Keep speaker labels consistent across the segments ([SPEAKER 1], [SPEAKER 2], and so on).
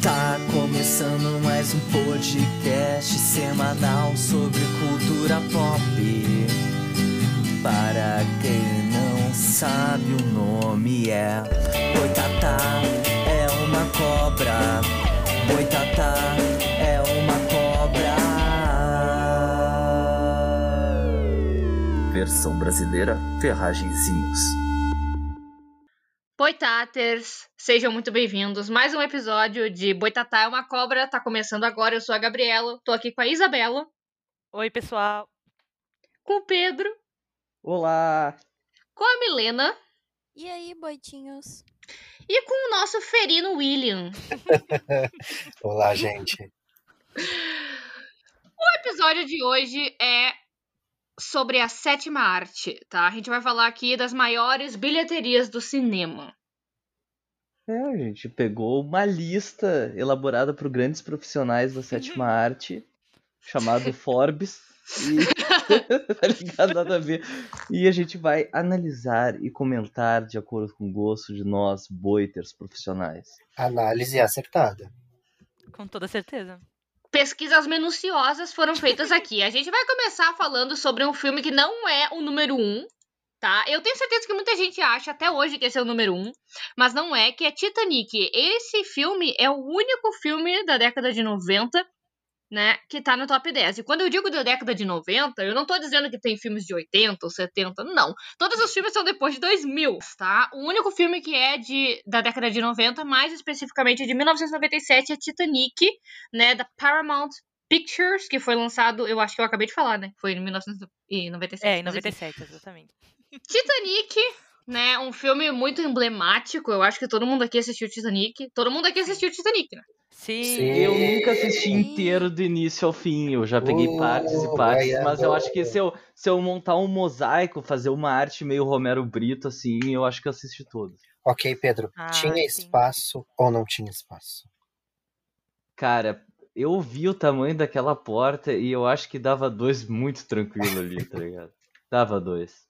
[SPEAKER 1] Tá começando mais um podcast semanal sobre cultura pop. Para quem não sabe, o nome é Boitatá é uma cobra. Boitatá é uma cobra. Versão brasileira Ferragenzinhos.
[SPEAKER 2] Boitaters, sejam muito bem-vindos. Mais um episódio de Boitatá é uma cobra, tá começando agora. Eu sou a Gabriela, tô aqui com a Isabela,
[SPEAKER 3] Oi, pessoal.
[SPEAKER 2] com o Pedro,
[SPEAKER 4] Olá!
[SPEAKER 2] com a Milena
[SPEAKER 5] E aí, boitinhos?
[SPEAKER 2] e com o nosso ferino William.
[SPEAKER 6] Olá, gente.
[SPEAKER 2] O episódio de hoje é sobre a sétima arte, tá? A gente vai falar aqui das maiores bilheterias do cinema.
[SPEAKER 4] É, a gente pegou uma lista elaborada por grandes profissionais da sétima arte, chamado Forbes, e tá ligado nada a ver. E a gente vai analisar e comentar de acordo com o gosto de nós, boiters profissionais.
[SPEAKER 6] Análise acertada.
[SPEAKER 3] Com toda certeza.
[SPEAKER 2] Pesquisas minuciosas foram feitas aqui. A gente vai começar falando sobre um filme que não é o número um, tá? Eu tenho certeza que muita gente acha até hoje que esse é o número um, mas não é, que é Titanic. Esse filme é o único filme da década de 90, né, que tá no top 10. E quando eu digo da década de 90, eu não tô dizendo que tem filmes de 80 ou 70, não. Todos os filmes são depois de 2000, tá? O único filme que é de, da década de 90, mais especificamente de 1997, é Titanic, né, da Paramount Pictures, que foi lançado, eu acho que eu acabei de falar, né? Foi em 1997.
[SPEAKER 3] É, em
[SPEAKER 2] mas enfim.
[SPEAKER 3] 97, exatamente.
[SPEAKER 2] Titanic, né? Um filme muito emblemático. Eu acho que todo mundo aqui assistiu Titanic. Todo mundo aqui assistiu Titanic, né?
[SPEAKER 3] Sim.
[SPEAKER 6] Sim.
[SPEAKER 4] Eu nunca assisti inteiro do início ao fim, eu já peguei
[SPEAKER 6] Oh,
[SPEAKER 4] partes e partes,
[SPEAKER 6] vai, é
[SPEAKER 4] mas eu
[SPEAKER 6] bom.
[SPEAKER 4] acho que se eu, se eu montar um mosaico, fazer uma arte meio Romero Brito, assim, eu acho que eu assisti todo.
[SPEAKER 6] Ok, Pedro.
[SPEAKER 3] Ah,
[SPEAKER 6] tinha
[SPEAKER 3] sim.
[SPEAKER 6] espaço ou não tinha espaço?
[SPEAKER 4] Cara, eu vi o tamanho daquela porta e eu acho que dava dois muito tranquilo ali, tá ligado? Dava dois.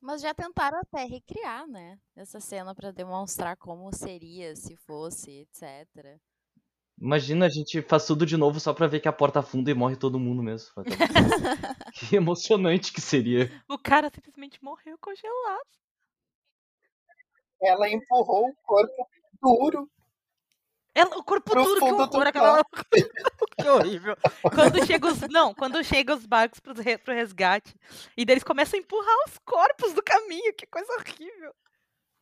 [SPEAKER 5] Mas já tentaram até recriar, né? Essa cena pra demonstrar como seria se fosse, etc.
[SPEAKER 4] Imagina, a gente faz tudo de novo só pra ver que a porta afunda e morre todo mundo mesmo. Vai tomar. que emocionante que seria.
[SPEAKER 3] O cara simplesmente morreu congelado.
[SPEAKER 6] Ela empurrou o corpo duro.
[SPEAKER 3] Ela, É, o corpo
[SPEAKER 6] Pro
[SPEAKER 3] duro, que
[SPEAKER 6] fundo do
[SPEAKER 4] tá
[SPEAKER 3] horror, aquela... que horrível. Quando chega os, não, quando chega os barcos pro, re- pro resgate, e daí eles começam a empurrar os corpos do caminho, que coisa horrível.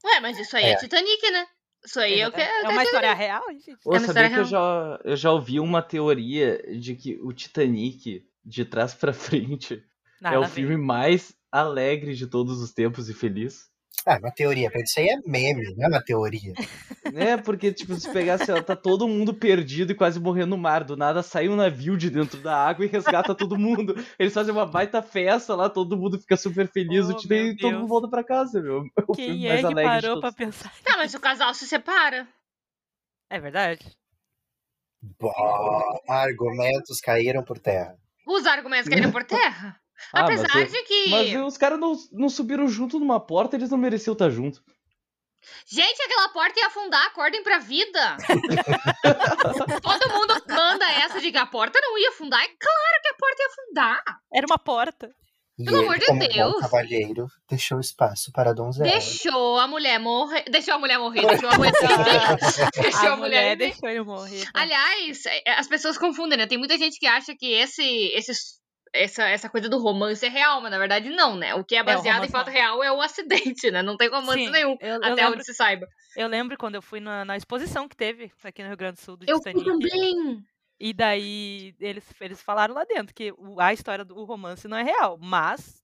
[SPEAKER 2] Ué, mas isso aí é,
[SPEAKER 6] É.
[SPEAKER 2] Titanic, né? Isso aí é o que.
[SPEAKER 3] Exatamente. é uma história real, gente?
[SPEAKER 4] Ô,
[SPEAKER 2] É
[SPEAKER 4] sabia
[SPEAKER 2] uma história
[SPEAKER 4] que eu já, eu já ouvi uma teoria de que o Titanic, de trás pra frente,
[SPEAKER 3] Nada
[SPEAKER 4] é o
[SPEAKER 3] a ver.
[SPEAKER 4] filme mais alegre de todos os tempos e feliz.
[SPEAKER 6] Ah, uma teoria. Pedro, Isso aí é meme, não é uma teoria.
[SPEAKER 4] É, porque, tipo, se pegasse, ó, tá todo mundo perdido e quase morrendo no mar. Do nada sai um navio de dentro da água e resgata todo mundo. Eles fazem uma baita festa lá, todo mundo fica super feliz.
[SPEAKER 3] Oh,
[SPEAKER 4] o time
[SPEAKER 3] meu
[SPEAKER 4] e todo
[SPEAKER 3] Deus.
[SPEAKER 4] mundo volta pra casa, meu. É o filme
[SPEAKER 3] Quem
[SPEAKER 4] mais
[SPEAKER 3] é que
[SPEAKER 4] alegre de
[SPEAKER 3] parou pra
[SPEAKER 4] todos.
[SPEAKER 3] pensar?
[SPEAKER 2] Tá, mas o casal se separa.
[SPEAKER 3] É verdade.
[SPEAKER 6] Bom, argumentos caíram por terra.
[SPEAKER 2] Os argumentos caíram por terra.
[SPEAKER 4] Ah, mas
[SPEAKER 2] Apesar
[SPEAKER 4] eu-
[SPEAKER 2] de que.
[SPEAKER 4] Mas os caras não, não subiram junto numa porta, eles não mereciam estar junto.
[SPEAKER 2] Gente, aquela porta ia afundar, acordem pra vida. Todo mundo manda essa de que a porta não ia afundar. É claro que a porta ia afundar.
[SPEAKER 3] Era uma porta.
[SPEAKER 6] E
[SPEAKER 2] Pelo amor de
[SPEAKER 6] como
[SPEAKER 2] Deus.
[SPEAKER 6] bom cavalheiro, deixou espaço para a donzela.
[SPEAKER 2] Deixou a mulher morrer. Deixou a mulher morrer. Deixou a mulher viver. Deixou a,
[SPEAKER 3] a mulher
[SPEAKER 2] mulher viver.
[SPEAKER 3] deixou ele morrer. tá?
[SPEAKER 2] Aliás, é- as pessoas confundem, né? Tem muita gente que acha que esse, esse, essa, essa coisa do romance é real, mas na verdade não, né? O que é baseado em
[SPEAKER 3] romance
[SPEAKER 2] fato
[SPEAKER 3] não.
[SPEAKER 2] real é o acidente, né? Não tem romance
[SPEAKER 3] Sim,
[SPEAKER 2] nenhum.
[SPEAKER 3] eu- eu
[SPEAKER 2] até
[SPEAKER 3] lembro
[SPEAKER 2] onde se saiba.
[SPEAKER 3] Eu lembro quando eu fui na, na exposição que teve aqui no Rio Grande do Sul do
[SPEAKER 2] Eu fui
[SPEAKER 3] Titanic.
[SPEAKER 2] também.
[SPEAKER 3] E daí eles, eles falaram lá dentro que o- a história do o romance não é real, mas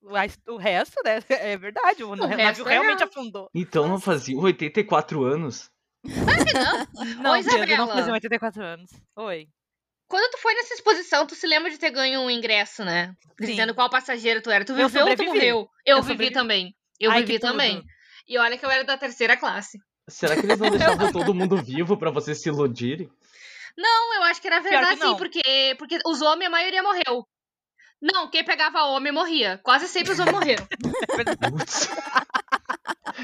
[SPEAKER 3] o- a his- o resto, né, é verdade. O, navio
[SPEAKER 2] resto é
[SPEAKER 3] realmente afundou.
[SPEAKER 4] Então não faziam 84 anos.
[SPEAKER 3] Não,
[SPEAKER 2] Ô,
[SPEAKER 3] Pedro, não
[SPEAKER 2] Isabela.
[SPEAKER 3] fazia 84 anos. Oi.
[SPEAKER 2] Quando tu foi nessa exposição, tu se lembra de ter ganho um ingresso, né?
[SPEAKER 3] Sim.
[SPEAKER 2] Dizendo qual passageiro tu era. Tu
[SPEAKER 3] Eu
[SPEAKER 2] viveu ou tu
[SPEAKER 3] sobrevivi.
[SPEAKER 2] morreu? Eu,
[SPEAKER 3] Eu
[SPEAKER 2] vivi
[SPEAKER 3] sobrevivi.
[SPEAKER 2] também. Eu
[SPEAKER 3] Ai, que
[SPEAKER 2] vivi também.
[SPEAKER 3] tudo.
[SPEAKER 2] E olha que eu era da terceira classe.
[SPEAKER 4] Será que eles não deixavam todo mundo vivo pra vocês se iludirem?
[SPEAKER 2] Não, eu acho que era
[SPEAKER 3] que
[SPEAKER 2] verdade, sim,
[SPEAKER 3] não.
[SPEAKER 2] porque, porque os homens, a maioria morreu. Não, quem pegava homem morria. Quase sempre os homens morreram.
[SPEAKER 4] Putz.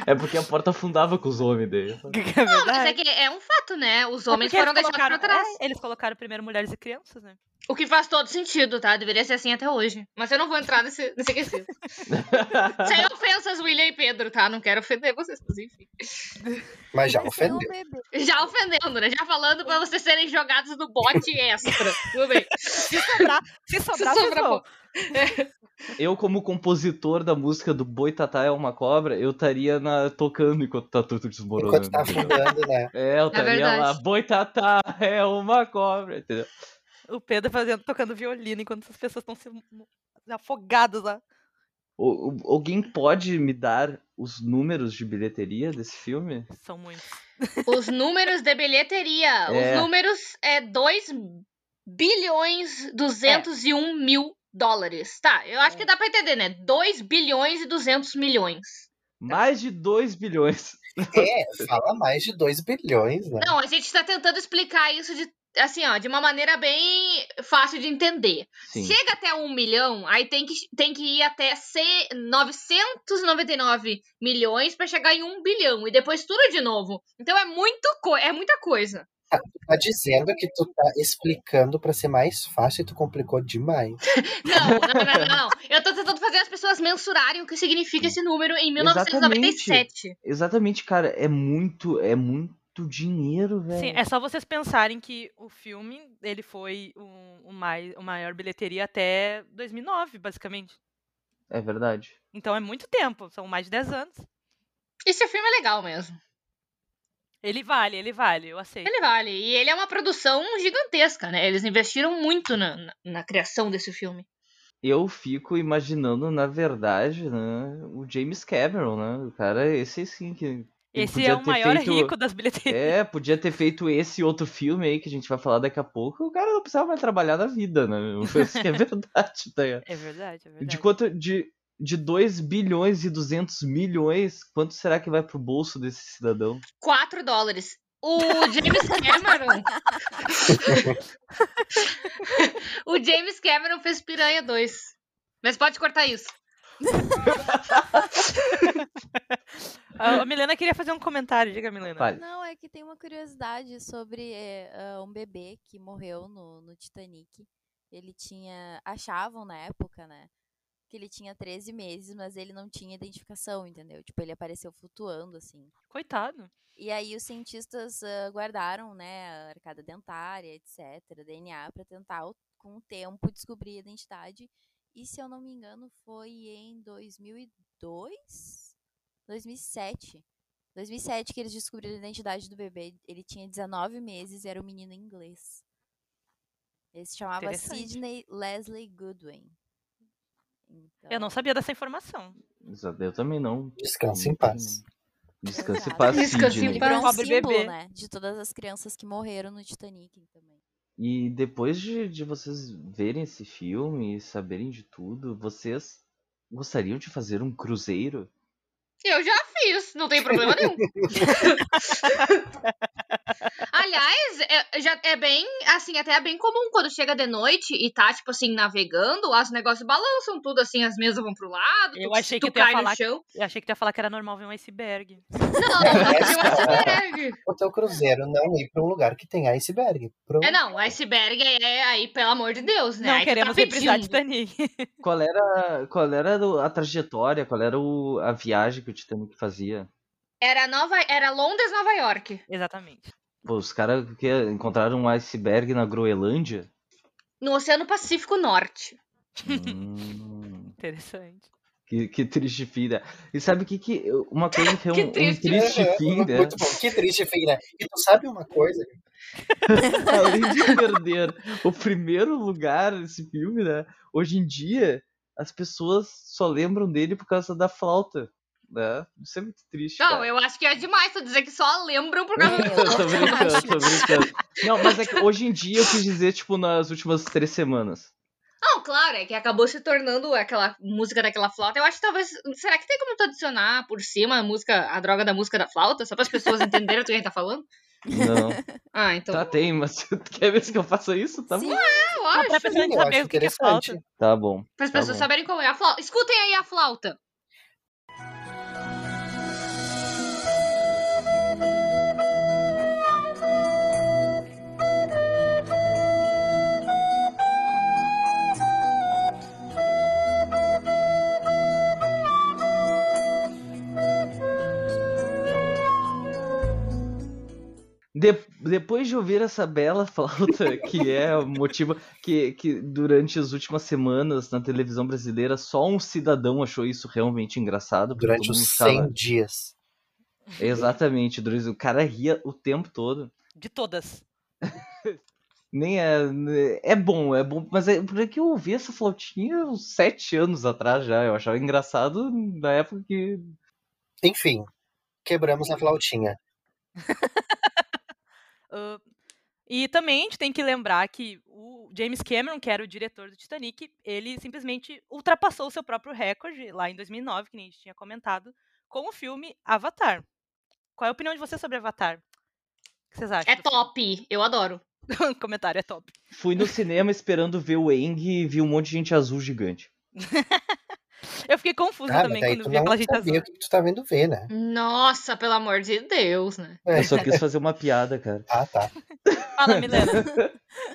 [SPEAKER 4] É porque a porta afundava com os homens dele.
[SPEAKER 3] Que é
[SPEAKER 2] Não, mas é
[SPEAKER 3] verdade.
[SPEAKER 2] que é um fato, né? Os
[SPEAKER 3] É
[SPEAKER 2] homens
[SPEAKER 3] porque
[SPEAKER 2] foram
[SPEAKER 3] eles
[SPEAKER 2] deixados pra
[SPEAKER 3] colocaram-
[SPEAKER 2] trás.
[SPEAKER 3] é, eles colocaram primeiro mulheres e crianças, né?
[SPEAKER 2] O que faz todo sentido, tá? Deveria ser assim até hoje. Mas eu não vou entrar nesse, nesse quesito. Sem ofensas, William e Pedro, tá? Não quero ofender vocês, mas enfim.
[SPEAKER 6] Mas já
[SPEAKER 5] Eles têm um
[SPEAKER 6] ofendeu.
[SPEAKER 5] bebê.
[SPEAKER 2] Já ofendendo, né? Já falando pra vocês serem jogados no bote extra. Tudo bem.
[SPEAKER 3] Se sobrar, se sobrar,
[SPEAKER 2] Se
[SPEAKER 3] se
[SPEAKER 2] sobrar,
[SPEAKER 3] sobrar
[SPEAKER 4] Eu, como compositor da música do Boi Tatá é uma cobra, eu estaria na... tocando enquanto tá tudo desmoronando.
[SPEAKER 6] Enquanto tá
[SPEAKER 4] entendeu?
[SPEAKER 6] afundando, né?
[SPEAKER 4] É, eu estaria
[SPEAKER 2] verdade.
[SPEAKER 4] lá, Boi Tatá é uma cobra, entendeu?
[SPEAKER 3] o Pedro fazendo, tocando violino enquanto essas pessoas estão se mo- afogadas lá.
[SPEAKER 4] O- o- alguém pode me dar os números de bilheteria desse filme?
[SPEAKER 3] São muitos.
[SPEAKER 2] Os números de bilheteria.
[SPEAKER 4] É.
[SPEAKER 2] Os números é 2 bilhões 201 mil dólares. Tá, eu acho que dá pra entender, né? 2 bilhões e 200 milhões.
[SPEAKER 4] Mais de 2 bilhões.
[SPEAKER 6] É, fala mais de 2 bilhões, né?
[SPEAKER 2] Não, a gente tá tentando explicar isso de assim, ó, de uma maneira bem fácil de entender.
[SPEAKER 4] Sim.
[SPEAKER 2] Chega até um milhão, aí tem que, tem que ir até se- 999 milhões pra chegar em um bilhão e depois tudo de novo. Então é muito co- é muita coisa.
[SPEAKER 6] Tá dizendo que tu tá explicando pra ser mais fácil e tu complicou demais.
[SPEAKER 2] Não, não, não, não, não. Eu tô tentando fazer as pessoas mensurarem o que significa esse número em 1997.
[SPEAKER 4] Exatamente, cara. É muito, é muito dinheiro, velho.
[SPEAKER 2] né?
[SPEAKER 3] Sim, é só vocês pensarem que o filme ele foi o, o, mai- o maior bilheteria até 2009, basicamente.
[SPEAKER 4] É verdade.
[SPEAKER 3] Então é muito tempo, são mais de 10 anos.
[SPEAKER 2] Esse filme é legal mesmo.
[SPEAKER 3] Ele vale, ele vale, eu aceito.
[SPEAKER 2] Ele vale. E ele é uma produção gigantesca, né? Eles investiram muito na- na- na criação desse filme.
[SPEAKER 4] Eu fico imaginando, na verdade, né, o James Cameron, né? O cara, esse sim que. ele
[SPEAKER 3] Esse
[SPEAKER 4] podia
[SPEAKER 3] é o
[SPEAKER 4] ter
[SPEAKER 3] maior
[SPEAKER 4] feito-
[SPEAKER 3] rico das bilheterias.
[SPEAKER 4] É, podia ter feito esse outro filme aí que a gente vai falar daqui a pouco. O cara não precisava mais trabalhar na vida, né? meu? Isso que é verdade, tá? ligado?
[SPEAKER 3] É, verdade, é verdade.
[SPEAKER 4] De quanto. De, de 2 bilhões e 200 milhões, quanto será que vai pro bolso desse cidadão?
[SPEAKER 2] 4 dólares. O James Cameron. o James Cameron fez Piranha 2. Mas pode cortar isso.
[SPEAKER 3] A, a Milena queria fazer um comentário, diga, Milena.
[SPEAKER 4] Vale.
[SPEAKER 5] Não, é que tem uma curiosidade sobre é, ah, um bebê que morreu no, no Titanic. Ele tinha. Achavam na época, né? Que ele tinha 13 meses, mas ele não tinha identificação, entendeu? Tipo, ele apareceu flutuando, assim.
[SPEAKER 3] Coitado.
[SPEAKER 5] E aí os cientistas ah, guardaram, né, a arcada dentária, etc, DNA, para tentar o- com o tempo descobrir a identidade. E se eu não me engano, foi em 2002, 2007. 2007 que eles descobriram a identidade do bebê. Ele tinha 19 meses e era um menino inglês. Ele se chamava
[SPEAKER 3] Interessante.
[SPEAKER 5] Sidney Leslie Goodwin. Então,
[SPEAKER 3] Eu não sabia dessa informação.
[SPEAKER 4] Exato, eu também não.
[SPEAKER 6] Descansa em paz.
[SPEAKER 4] Descanse em
[SPEAKER 5] Exato.
[SPEAKER 4] paz,
[SPEAKER 2] Descanse em
[SPEAKER 4] Sidney.
[SPEAKER 5] Ele virou um
[SPEAKER 3] Pobre
[SPEAKER 5] símbolo,
[SPEAKER 3] bebê.
[SPEAKER 5] né, de todas as crianças que morreram no Titanic também.
[SPEAKER 4] E depois de, de vocês verem esse filme e saberem de tudo, vocês gostariam de fazer um cruzeiro?
[SPEAKER 2] Eu já fiz, não tem problema nenhum. Aliás, é, já é bem, assim, até é bem comum quando chega de noite e tá, tipo assim, navegando, lá os negócios balançam tudo, assim, as mesas vão pro lado,
[SPEAKER 3] Eu
[SPEAKER 2] tu,
[SPEAKER 3] achei
[SPEAKER 2] tu
[SPEAKER 3] que tu ia
[SPEAKER 2] cai no
[SPEAKER 3] falar que-
[SPEAKER 2] chão.
[SPEAKER 3] Eu achei que tu ia falar que era normal ver um iceberg.
[SPEAKER 2] Não, não, tem um iceberg.
[SPEAKER 6] O teu cruzeiro não ir pra um lugar que tem iceberg. Pro...
[SPEAKER 2] É, não, iceberg é aí, pelo amor de Deus, né?
[SPEAKER 3] Não
[SPEAKER 2] Aí tu tá
[SPEAKER 3] queremos reprisar
[SPEAKER 2] pedindo.
[SPEAKER 3] Titanic.
[SPEAKER 4] Qual era, qual era o- a trajetória, qual era o- a viagem que o Titanic fazia?
[SPEAKER 2] Era Nova, era Londres, Nova York.
[SPEAKER 3] Exatamente.
[SPEAKER 4] Pô, os caras que encontraram um iceberg na Groenlândia?
[SPEAKER 2] No Oceano Pacífico Norte.
[SPEAKER 4] Hum,
[SPEAKER 3] Interessante.
[SPEAKER 4] que, que triste fim, né? E sabe o que, que. Uma coisa que é um,
[SPEAKER 2] Que
[SPEAKER 4] um
[SPEAKER 2] triste.
[SPEAKER 4] triste
[SPEAKER 6] Aham,
[SPEAKER 4] fim, né?
[SPEAKER 6] Muito bom. Que triste, fim, né? E tu sabe uma coisa?
[SPEAKER 4] Além de perder o primeiro lugar nesse filme, né? Hoje em dia, as pessoas só lembram dele por causa da flauta. Né? Isso é muito triste.
[SPEAKER 2] Não,
[SPEAKER 4] cara.
[SPEAKER 2] eu acho que é demais tu dizer que só lembram por causa do...
[SPEAKER 5] Eu
[SPEAKER 4] tô brincando,
[SPEAKER 5] acho.
[SPEAKER 4] tô brincando. Não, mas é que hoje em dia eu quis dizer, tipo, nas últimas três semanas.
[SPEAKER 2] Não, claro, é que acabou se tornando aquela música daquela flauta. Eu acho que talvez... Será que tem como tu adicionar por cima a música, a droga da música da flauta? Só para as pessoas entenderem o que a gente tá falando?
[SPEAKER 4] Não.
[SPEAKER 2] Ah, então...
[SPEAKER 4] Tá, tem, mas tu quer mesmo que eu faça isso? Tá bom.
[SPEAKER 5] Sim,
[SPEAKER 2] É, eu
[SPEAKER 3] Não,
[SPEAKER 2] acho.
[SPEAKER 3] pra pessoa
[SPEAKER 6] Sim, eu
[SPEAKER 3] saber
[SPEAKER 6] acho
[SPEAKER 3] o que, que é falta.
[SPEAKER 6] interessante.
[SPEAKER 4] Tá bom.
[SPEAKER 2] Para as
[SPEAKER 4] Tá
[SPEAKER 2] pessoas
[SPEAKER 4] bom.
[SPEAKER 2] saberem como é a flauta. Escutem aí a flauta.
[SPEAKER 4] Depois de ouvir essa bela flauta, que é o motivo que, que durante as últimas semanas na televisão brasileira só um cidadão achou isso realmente engraçado. porque
[SPEAKER 6] Durante
[SPEAKER 4] todo
[SPEAKER 6] os
[SPEAKER 4] mundo ficava-
[SPEAKER 6] 100 dias.
[SPEAKER 4] Exatamente, durante- o cara ria o tempo todo.
[SPEAKER 3] De todas.
[SPEAKER 4] Nem é. É bom, é bom, mas é porque eu ouvi essa flautinha uns sete anos atrás já. Eu achava engraçado na época que
[SPEAKER 6] Enfim, quebramos a flautinha.
[SPEAKER 3] Ah, e também a gente tem que lembrar que o James Cameron, que era o diretor do Titanic, ele simplesmente ultrapassou o seu próprio recorde lá em 2009, que nem a gente tinha comentado, com o filme Avatar. Qual é a opinião de você sobre Avatar? O que vocês acham?
[SPEAKER 2] É
[SPEAKER 3] do filme?
[SPEAKER 2] top, eu adoro.
[SPEAKER 3] Comentário é top.
[SPEAKER 4] fui no cinema esperando ver o Eng e vi um monte de gente azul gigante.
[SPEAKER 3] Eu fiquei confusa
[SPEAKER 6] Ah, mas
[SPEAKER 3] também
[SPEAKER 6] aí
[SPEAKER 3] quando
[SPEAKER 6] tu
[SPEAKER 3] vi
[SPEAKER 6] não
[SPEAKER 3] aquela gente azul.
[SPEAKER 6] sabia o que tu tá vendo ver, né?
[SPEAKER 2] Nossa, pelo amor de Deus, né?
[SPEAKER 4] Eu só quis fazer uma piada, cara.
[SPEAKER 6] Ah, tá.
[SPEAKER 3] Fala, Milena.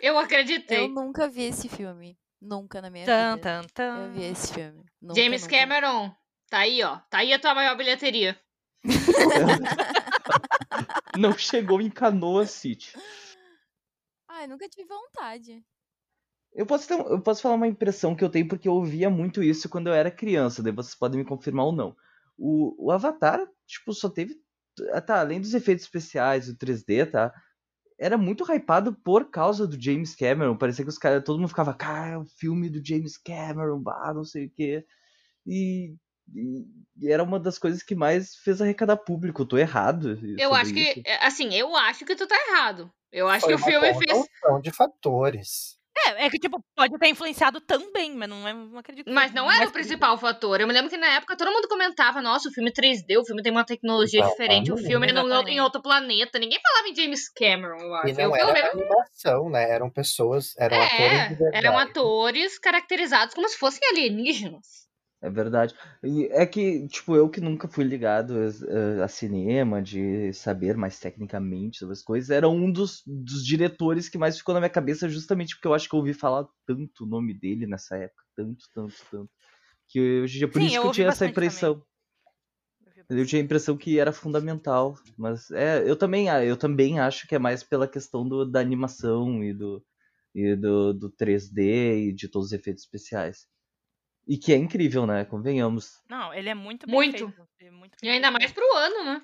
[SPEAKER 2] Eu
[SPEAKER 5] Eu
[SPEAKER 2] acreditei.
[SPEAKER 5] nunca vi esse filme. Nunca na minha
[SPEAKER 3] tan,
[SPEAKER 5] vida.
[SPEAKER 3] tan, tan.
[SPEAKER 5] Eu vi esse filme. Nunca,
[SPEAKER 2] James
[SPEAKER 5] nunca.
[SPEAKER 2] Cameron, tá aí, ó. Tá aí a tua maior bilheteria.
[SPEAKER 4] Não chegou em Canoa City.
[SPEAKER 5] Ai, nunca tive vontade.
[SPEAKER 4] Eu posso, ter, um, eu posso falar uma impressão que eu tenho, porque eu ouvia muito isso quando eu era criança, daí vocês podem me confirmar ou não. O, o Avatar, tipo, só teve. ah, Tá, além dos efeitos especiais, o 3D, tá? Era muito hypado por causa do James Cameron. Parecia que os caras. Todo mundo ficava, cara, o filme do James Cameron, bah, não sei o quê. E. e- e era uma das coisas que mais fez arrecadar público. Eu tô errado.
[SPEAKER 2] Eu
[SPEAKER 4] sobre
[SPEAKER 2] acho que,
[SPEAKER 4] isso?
[SPEAKER 2] é, assim, eu acho que tu tá errado. Eu acho
[SPEAKER 6] Foi
[SPEAKER 2] que o
[SPEAKER 6] uma
[SPEAKER 2] filme fez.
[SPEAKER 6] conjunção de fatores.
[SPEAKER 3] É, é que, tipo, pode ter influenciado também, mas não, é, não acredito. que
[SPEAKER 2] Mas não era
[SPEAKER 3] mais-
[SPEAKER 2] o principal fator. Eu me lembro que na época todo mundo comentava: nossa, o filme 3D, o filme tem uma tecnologia
[SPEAKER 6] Exatamente.
[SPEAKER 2] diferente, o filme é num- em
[SPEAKER 3] Exatamente.
[SPEAKER 2] outro planeta. Ninguém falava em James Cameron, eu acho.
[SPEAKER 6] E
[SPEAKER 2] eu,
[SPEAKER 6] não
[SPEAKER 2] pelo
[SPEAKER 6] era
[SPEAKER 2] menos.
[SPEAKER 6] animação, né? Eram pessoas, eram atores de
[SPEAKER 2] É,
[SPEAKER 6] verdade.
[SPEAKER 2] eram atores caracterizados como se fossem alienígenas.
[SPEAKER 4] É verdade. E é que, tipo, eu que nunca fui ligado eh, a cinema, de saber mais tecnicamente sobre as coisas, era um dos, dos diretores que mais ficou na minha cabeça, justamente porque eu acho que eu ouvi falar tanto o nome dele nessa época, tanto, tanto, tanto. Que hoje em dia, por
[SPEAKER 3] Sim,
[SPEAKER 4] isso
[SPEAKER 3] eu
[SPEAKER 4] que eu
[SPEAKER 3] ouvi
[SPEAKER 4] tinha essa
[SPEAKER 3] bastante também.
[SPEAKER 4] impressão. Eu tinha a impressão que era fundamental, mas é, eu também, a- eu também acho que é mais pela questão do, da animação e do e do, do 3D e de todos os efeitos especiais. E que é incrível, né? Convenhamos.
[SPEAKER 3] Não, ele é muito bem
[SPEAKER 2] Muito.
[SPEAKER 3] feito, é muito
[SPEAKER 2] E
[SPEAKER 3] bem
[SPEAKER 2] ainda
[SPEAKER 3] feito
[SPEAKER 2] mais pro ano, né?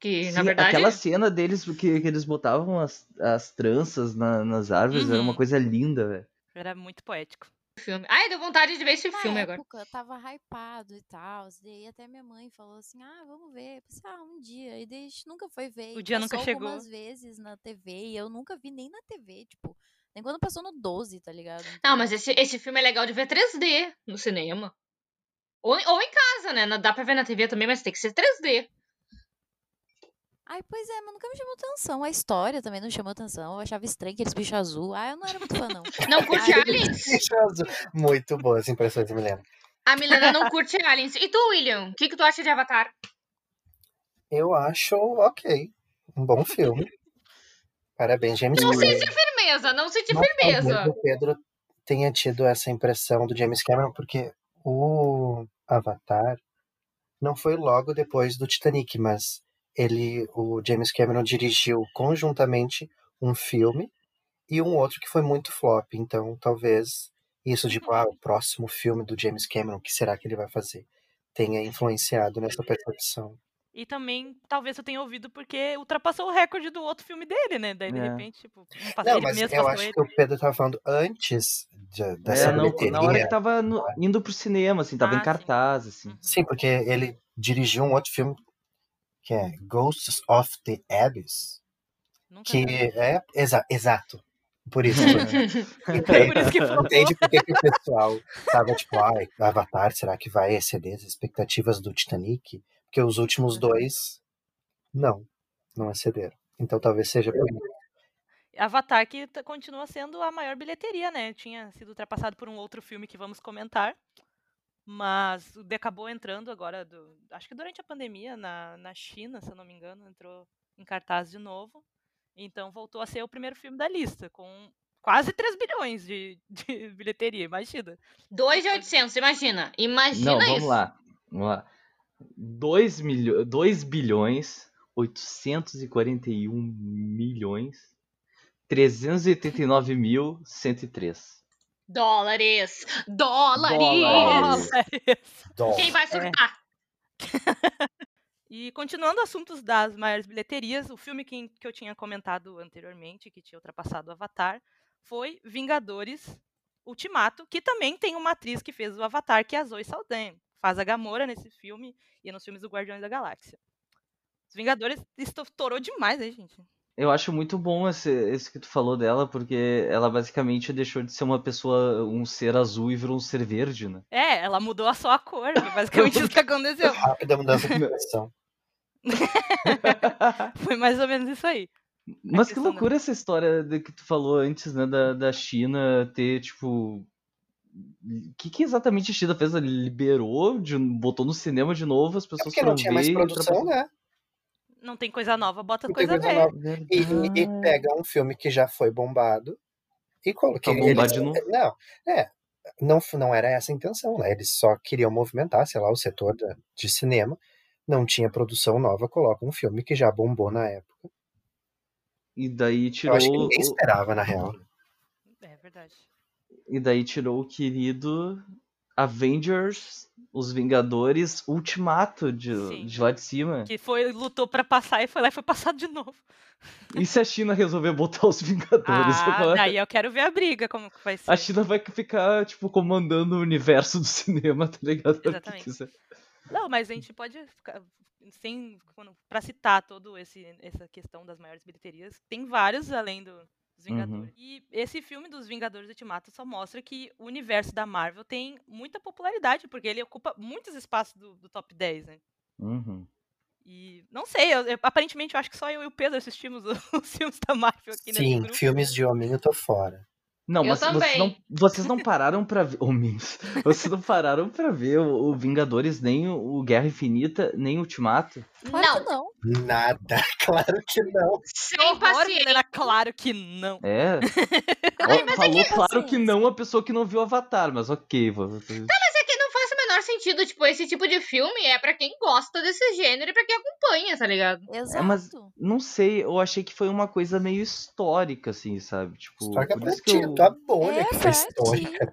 [SPEAKER 2] Que, na
[SPEAKER 4] Sim,
[SPEAKER 2] verdade.
[SPEAKER 4] aquela cena deles que, que eles botavam as, as tranças na- nas árvores era uma
[SPEAKER 3] Uhum.
[SPEAKER 4] coisa linda, velho.
[SPEAKER 3] mesmo. Era muito poético.
[SPEAKER 2] filme. Ai, deu vontade de ver esse
[SPEAKER 5] Na
[SPEAKER 2] filme agora.
[SPEAKER 5] época, eu tava hypado e tal. Daí até minha mãe falou assim: ah, vamos ver. Eu pensei, ah, um dia. E daí a gente nunca foi ver.
[SPEAKER 3] O
[SPEAKER 5] e
[SPEAKER 3] dia nunca
[SPEAKER 5] passou
[SPEAKER 3] chegou.
[SPEAKER 5] algumas vezes na TV e eu nunca vi nem na TV, tipo. Nem quando passou no 12, tá ligado?
[SPEAKER 2] Não,
[SPEAKER 5] Então,
[SPEAKER 2] mas esse, esse filme é legal de ver 3D no cinema. Ou, em- ou em casa, né? Na- Dá pra ver na TV também, mas tem que ser 3D.
[SPEAKER 5] Ai, pois é, mas nunca me chamou atenção. A história também não chamou atenção. Eu achava estranho aqueles bichos azul. Ah, eu não era muito fã, não.
[SPEAKER 2] Não curte
[SPEAKER 5] Ai,
[SPEAKER 2] aliens?
[SPEAKER 6] Muito boas impressões, me lembro.
[SPEAKER 2] A Milena não curte aliens. E tu, William? O que, que tu acha de Avatar?
[SPEAKER 6] Eu acho ok. Um bom filme. Parabéns, James
[SPEAKER 2] Não
[SPEAKER 6] Cameron.
[SPEAKER 2] sei é se firmeza, não senti
[SPEAKER 6] Mas talvez
[SPEAKER 2] firmeza.
[SPEAKER 6] o Pedro tenha tido essa impressão do James Cameron, porque o Avatar não foi logo depois do Titanic, mas ele, o James Cameron dirigiu conjuntamente um filme e um outro que foi muito flop. Então, talvez isso de ah, o próximo filme do James Cameron, o que será que ele vai fazer, tenha influenciado nessa percepção.
[SPEAKER 3] E também, talvez eu tenha ouvido porque ultrapassou o recorde do outro filme dele, né? Daí, de
[SPEAKER 4] É.
[SPEAKER 3] repente, tipo, um passou
[SPEAKER 6] Não,
[SPEAKER 3] ele
[SPEAKER 6] mas
[SPEAKER 3] mesmo,
[SPEAKER 6] eu
[SPEAKER 3] passou
[SPEAKER 6] acho
[SPEAKER 3] ele.
[SPEAKER 6] que o Pedro estava falando antes de-
[SPEAKER 4] É,
[SPEAKER 6] dessa
[SPEAKER 4] não, na hora
[SPEAKER 6] bilheteria.
[SPEAKER 4] que tava no- indo pro cinema, assim, tava
[SPEAKER 3] Ah,
[SPEAKER 4] em
[SPEAKER 3] sim.
[SPEAKER 4] cartaz, assim.
[SPEAKER 3] Uhum.
[SPEAKER 6] Sim, porque ele dirigiu um outro filme que é Ghosts of the Abyss,
[SPEAKER 3] Nunca
[SPEAKER 6] que
[SPEAKER 3] vi.
[SPEAKER 6] é exa- exato. Por isso.
[SPEAKER 3] É Por
[SPEAKER 6] Entende,
[SPEAKER 3] isso que flopou.
[SPEAKER 6] entende por que que o pessoal tava tipo, ai, Avatar, será que vai exceder as expectativas do Titanic? Porque os últimos
[SPEAKER 3] Uhum.
[SPEAKER 6] dois, não, não excederam. Então talvez seja por isso.
[SPEAKER 3] Avatar que t- continua sendo a maior bilheteria, né? Tinha sido ultrapassado por um outro filme que vamos comentar. Mas o de- acabou entrando agora, do- acho que durante a pandemia, na, na China, se eu não me engano, entrou em cartaz de novo. Então voltou a ser o primeiro filme da lista, com quase 3 bilhões de, de bilheteria, imagina.
[SPEAKER 2] 2 de 800, imagina. Imagina
[SPEAKER 4] Não,
[SPEAKER 2] isso.
[SPEAKER 4] vamos lá. Vamos lá. 2 milho... dois bilhões, 841 milhões 389 mil 103.
[SPEAKER 2] Dólares! Dólares!
[SPEAKER 4] Dólares.
[SPEAKER 6] Dó.
[SPEAKER 2] Quem vai surtar?
[SPEAKER 3] E continuando assuntos das maiores bilheterias, o filme que, que eu tinha comentado anteriormente, que tinha ultrapassado o Avatar, foi Vingadores Ultimato, que também tem uma atriz que fez o Avatar, que é a Zoe Saldanha. Faz a Gamora nesse filme e nos filmes do Guardiões da Galáxia. Os Vingadores estourou demais, né, gente?
[SPEAKER 4] Eu acho muito bom esse, esse que tu falou dela, porque ela basicamente deixou de ser uma pessoa, um ser azul e virou um ser verde, né?
[SPEAKER 3] É, ela mudou só a cor, foi basicamente isso que aconteceu.
[SPEAKER 6] Rápida mudança de expressão.
[SPEAKER 3] Foi mais ou menos isso aí.
[SPEAKER 4] Mas que
[SPEAKER 3] questão da-
[SPEAKER 4] loucura essa história de que tu falou antes, né, da, da China ter, tipo. O que, que exatamente a China fez? Ela liberou, de- botou no cinema de novo, as
[SPEAKER 6] É
[SPEAKER 4] pessoas
[SPEAKER 6] porque
[SPEAKER 4] foram
[SPEAKER 6] não tinha
[SPEAKER 4] ver
[SPEAKER 6] mais
[SPEAKER 4] e
[SPEAKER 6] produção, né?
[SPEAKER 3] Não tem coisa nova, bota
[SPEAKER 6] Não tem
[SPEAKER 3] coisa
[SPEAKER 6] coisa
[SPEAKER 3] velha.
[SPEAKER 6] nova.
[SPEAKER 4] ultrapassou.
[SPEAKER 6] né? E, e-
[SPEAKER 5] Ah.
[SPEAKER 6] e pega um filme que já foi bombado e coloquei.
[SPEAKER 4] Pra bombar
[SPEAKER 6] eles-
[SPEAKER 4] de novo.
[SPEAKER 6] Não, é. Não, f- não era essa a intenção, né? Eles só queriam movimentar, sei lá, o setor da- de cinema. Não tinha produção nova, coloca um filme que já bombou na época.
[SPEAKER 4] E daí
[SPEAKER 6] Eu acho que
[SPEAKER 4] tirou.
[SPEAKER 6] ninguém
[SPEAKER 4] o-
[SPEAKER 6] esperava,
[SPEAKER 5] Uhum.
[SPEAKER 6] na real.
[SPEAKER 3] É verdade.
[SPEAKER 4] E daí tirou o querido Avengers, os Vingadores, Ultimato de,
[SPEAKER 3] Sim.
[SPEAKER 4] de lá de cima.
[SPEAKER 3] Que foi, lutou pra passar e foi lá e foi passado de novo.
[SPEAKER 4] E se a China resolver botar os Vingadores
[SPEAKER 3] Ah,
[SPEAKER 4] agora?
[SPEAKER 3] daí eu quero ver a briga, como que vai ser.
[SPEAKER 4] A China vai ficar, tipo, comandando o universo do cinema, tá ligado? O que
[SPEAKER 3] Exatamente.
[SPEAKER 4] quiser.
[SPEAKER 3] Não, mas a gente pode ficar sem quando- pra citar todo esse essa questão das maiores bilheterias. Tem vários além do- dos Vingadores. E esse filme dos Vingadores Ultimato só mostra que o universo da Marvel tem muita popularidade, porque ele ocupa muitos espaços do, do top 10, né?
[SPEAKER 4] Uhum.
[SPEAKER 3] E não sei, eu- eu- aparentemente eu acho que só eu e o Pedro assistimos os, filmes da Marvel aqui nesse
[SPEAKER 6] Sim,
[SPEAKER 3] grupo.
[SPEAKER 6] filmes de hominho eu tô fora.
[SPEAKER 4] Não,
[SPEAKER 2] Eu
[SPEAKER 4] mas vocês
[SPEAKER 2] também.
[SPEAKER 4] não, vocês não pararam pra ver. Homens, vocês não pararam pra ver o, o Vingadores, nem o o Guerra Infinita, nem o Ultimato.
[SPEAKER 5] Claro
[SPEAKER 2] Não,
[SPEAKER 5] que não.
[SPEAKER 6] Nada, claro que não.
[SPEAKER 2] sem
[SPEAKER 3] Horror, né?
[SPEAKER 2] paciência.
[SPEAKER 3] Milena, claro que não.
[SPEAKER 4] É. Ó,
[SPEAKER 2] é
[SPEAKER 4] falou,
[SPEAKER 2] assim
[SPEAKER 4] claro que não a pessoa que não viu Avatar, mas ok. vou- vou-
[SPEAKER 2] Mas é que não faz o menor sentido, tipo, esse tipo de filme é pra quem gosta desse gênero e pra quem acompanha, tá ligado?
[SPEAKER 5] Exato.
[SPEAKER 4] mas- Não sei, eu achei que foi uma coisa meio histórica, assim, sabe? Tipo,
[SPEAKER 6] Histórica
[SPEAKER 4] por
[SPEAKER 6] pra
[SPEAKER 4] isso que
[SPEAKER 6] ti, tá?
[SPEAKER 4] eu.
[SPEAKER 6] tua bolha
[SPEAKER 5] É,
[SPEAKER 6] que foi
[SPEAKER 5] pra
[SPEAKER 6] histórica.
[SPEAKER 5] ti.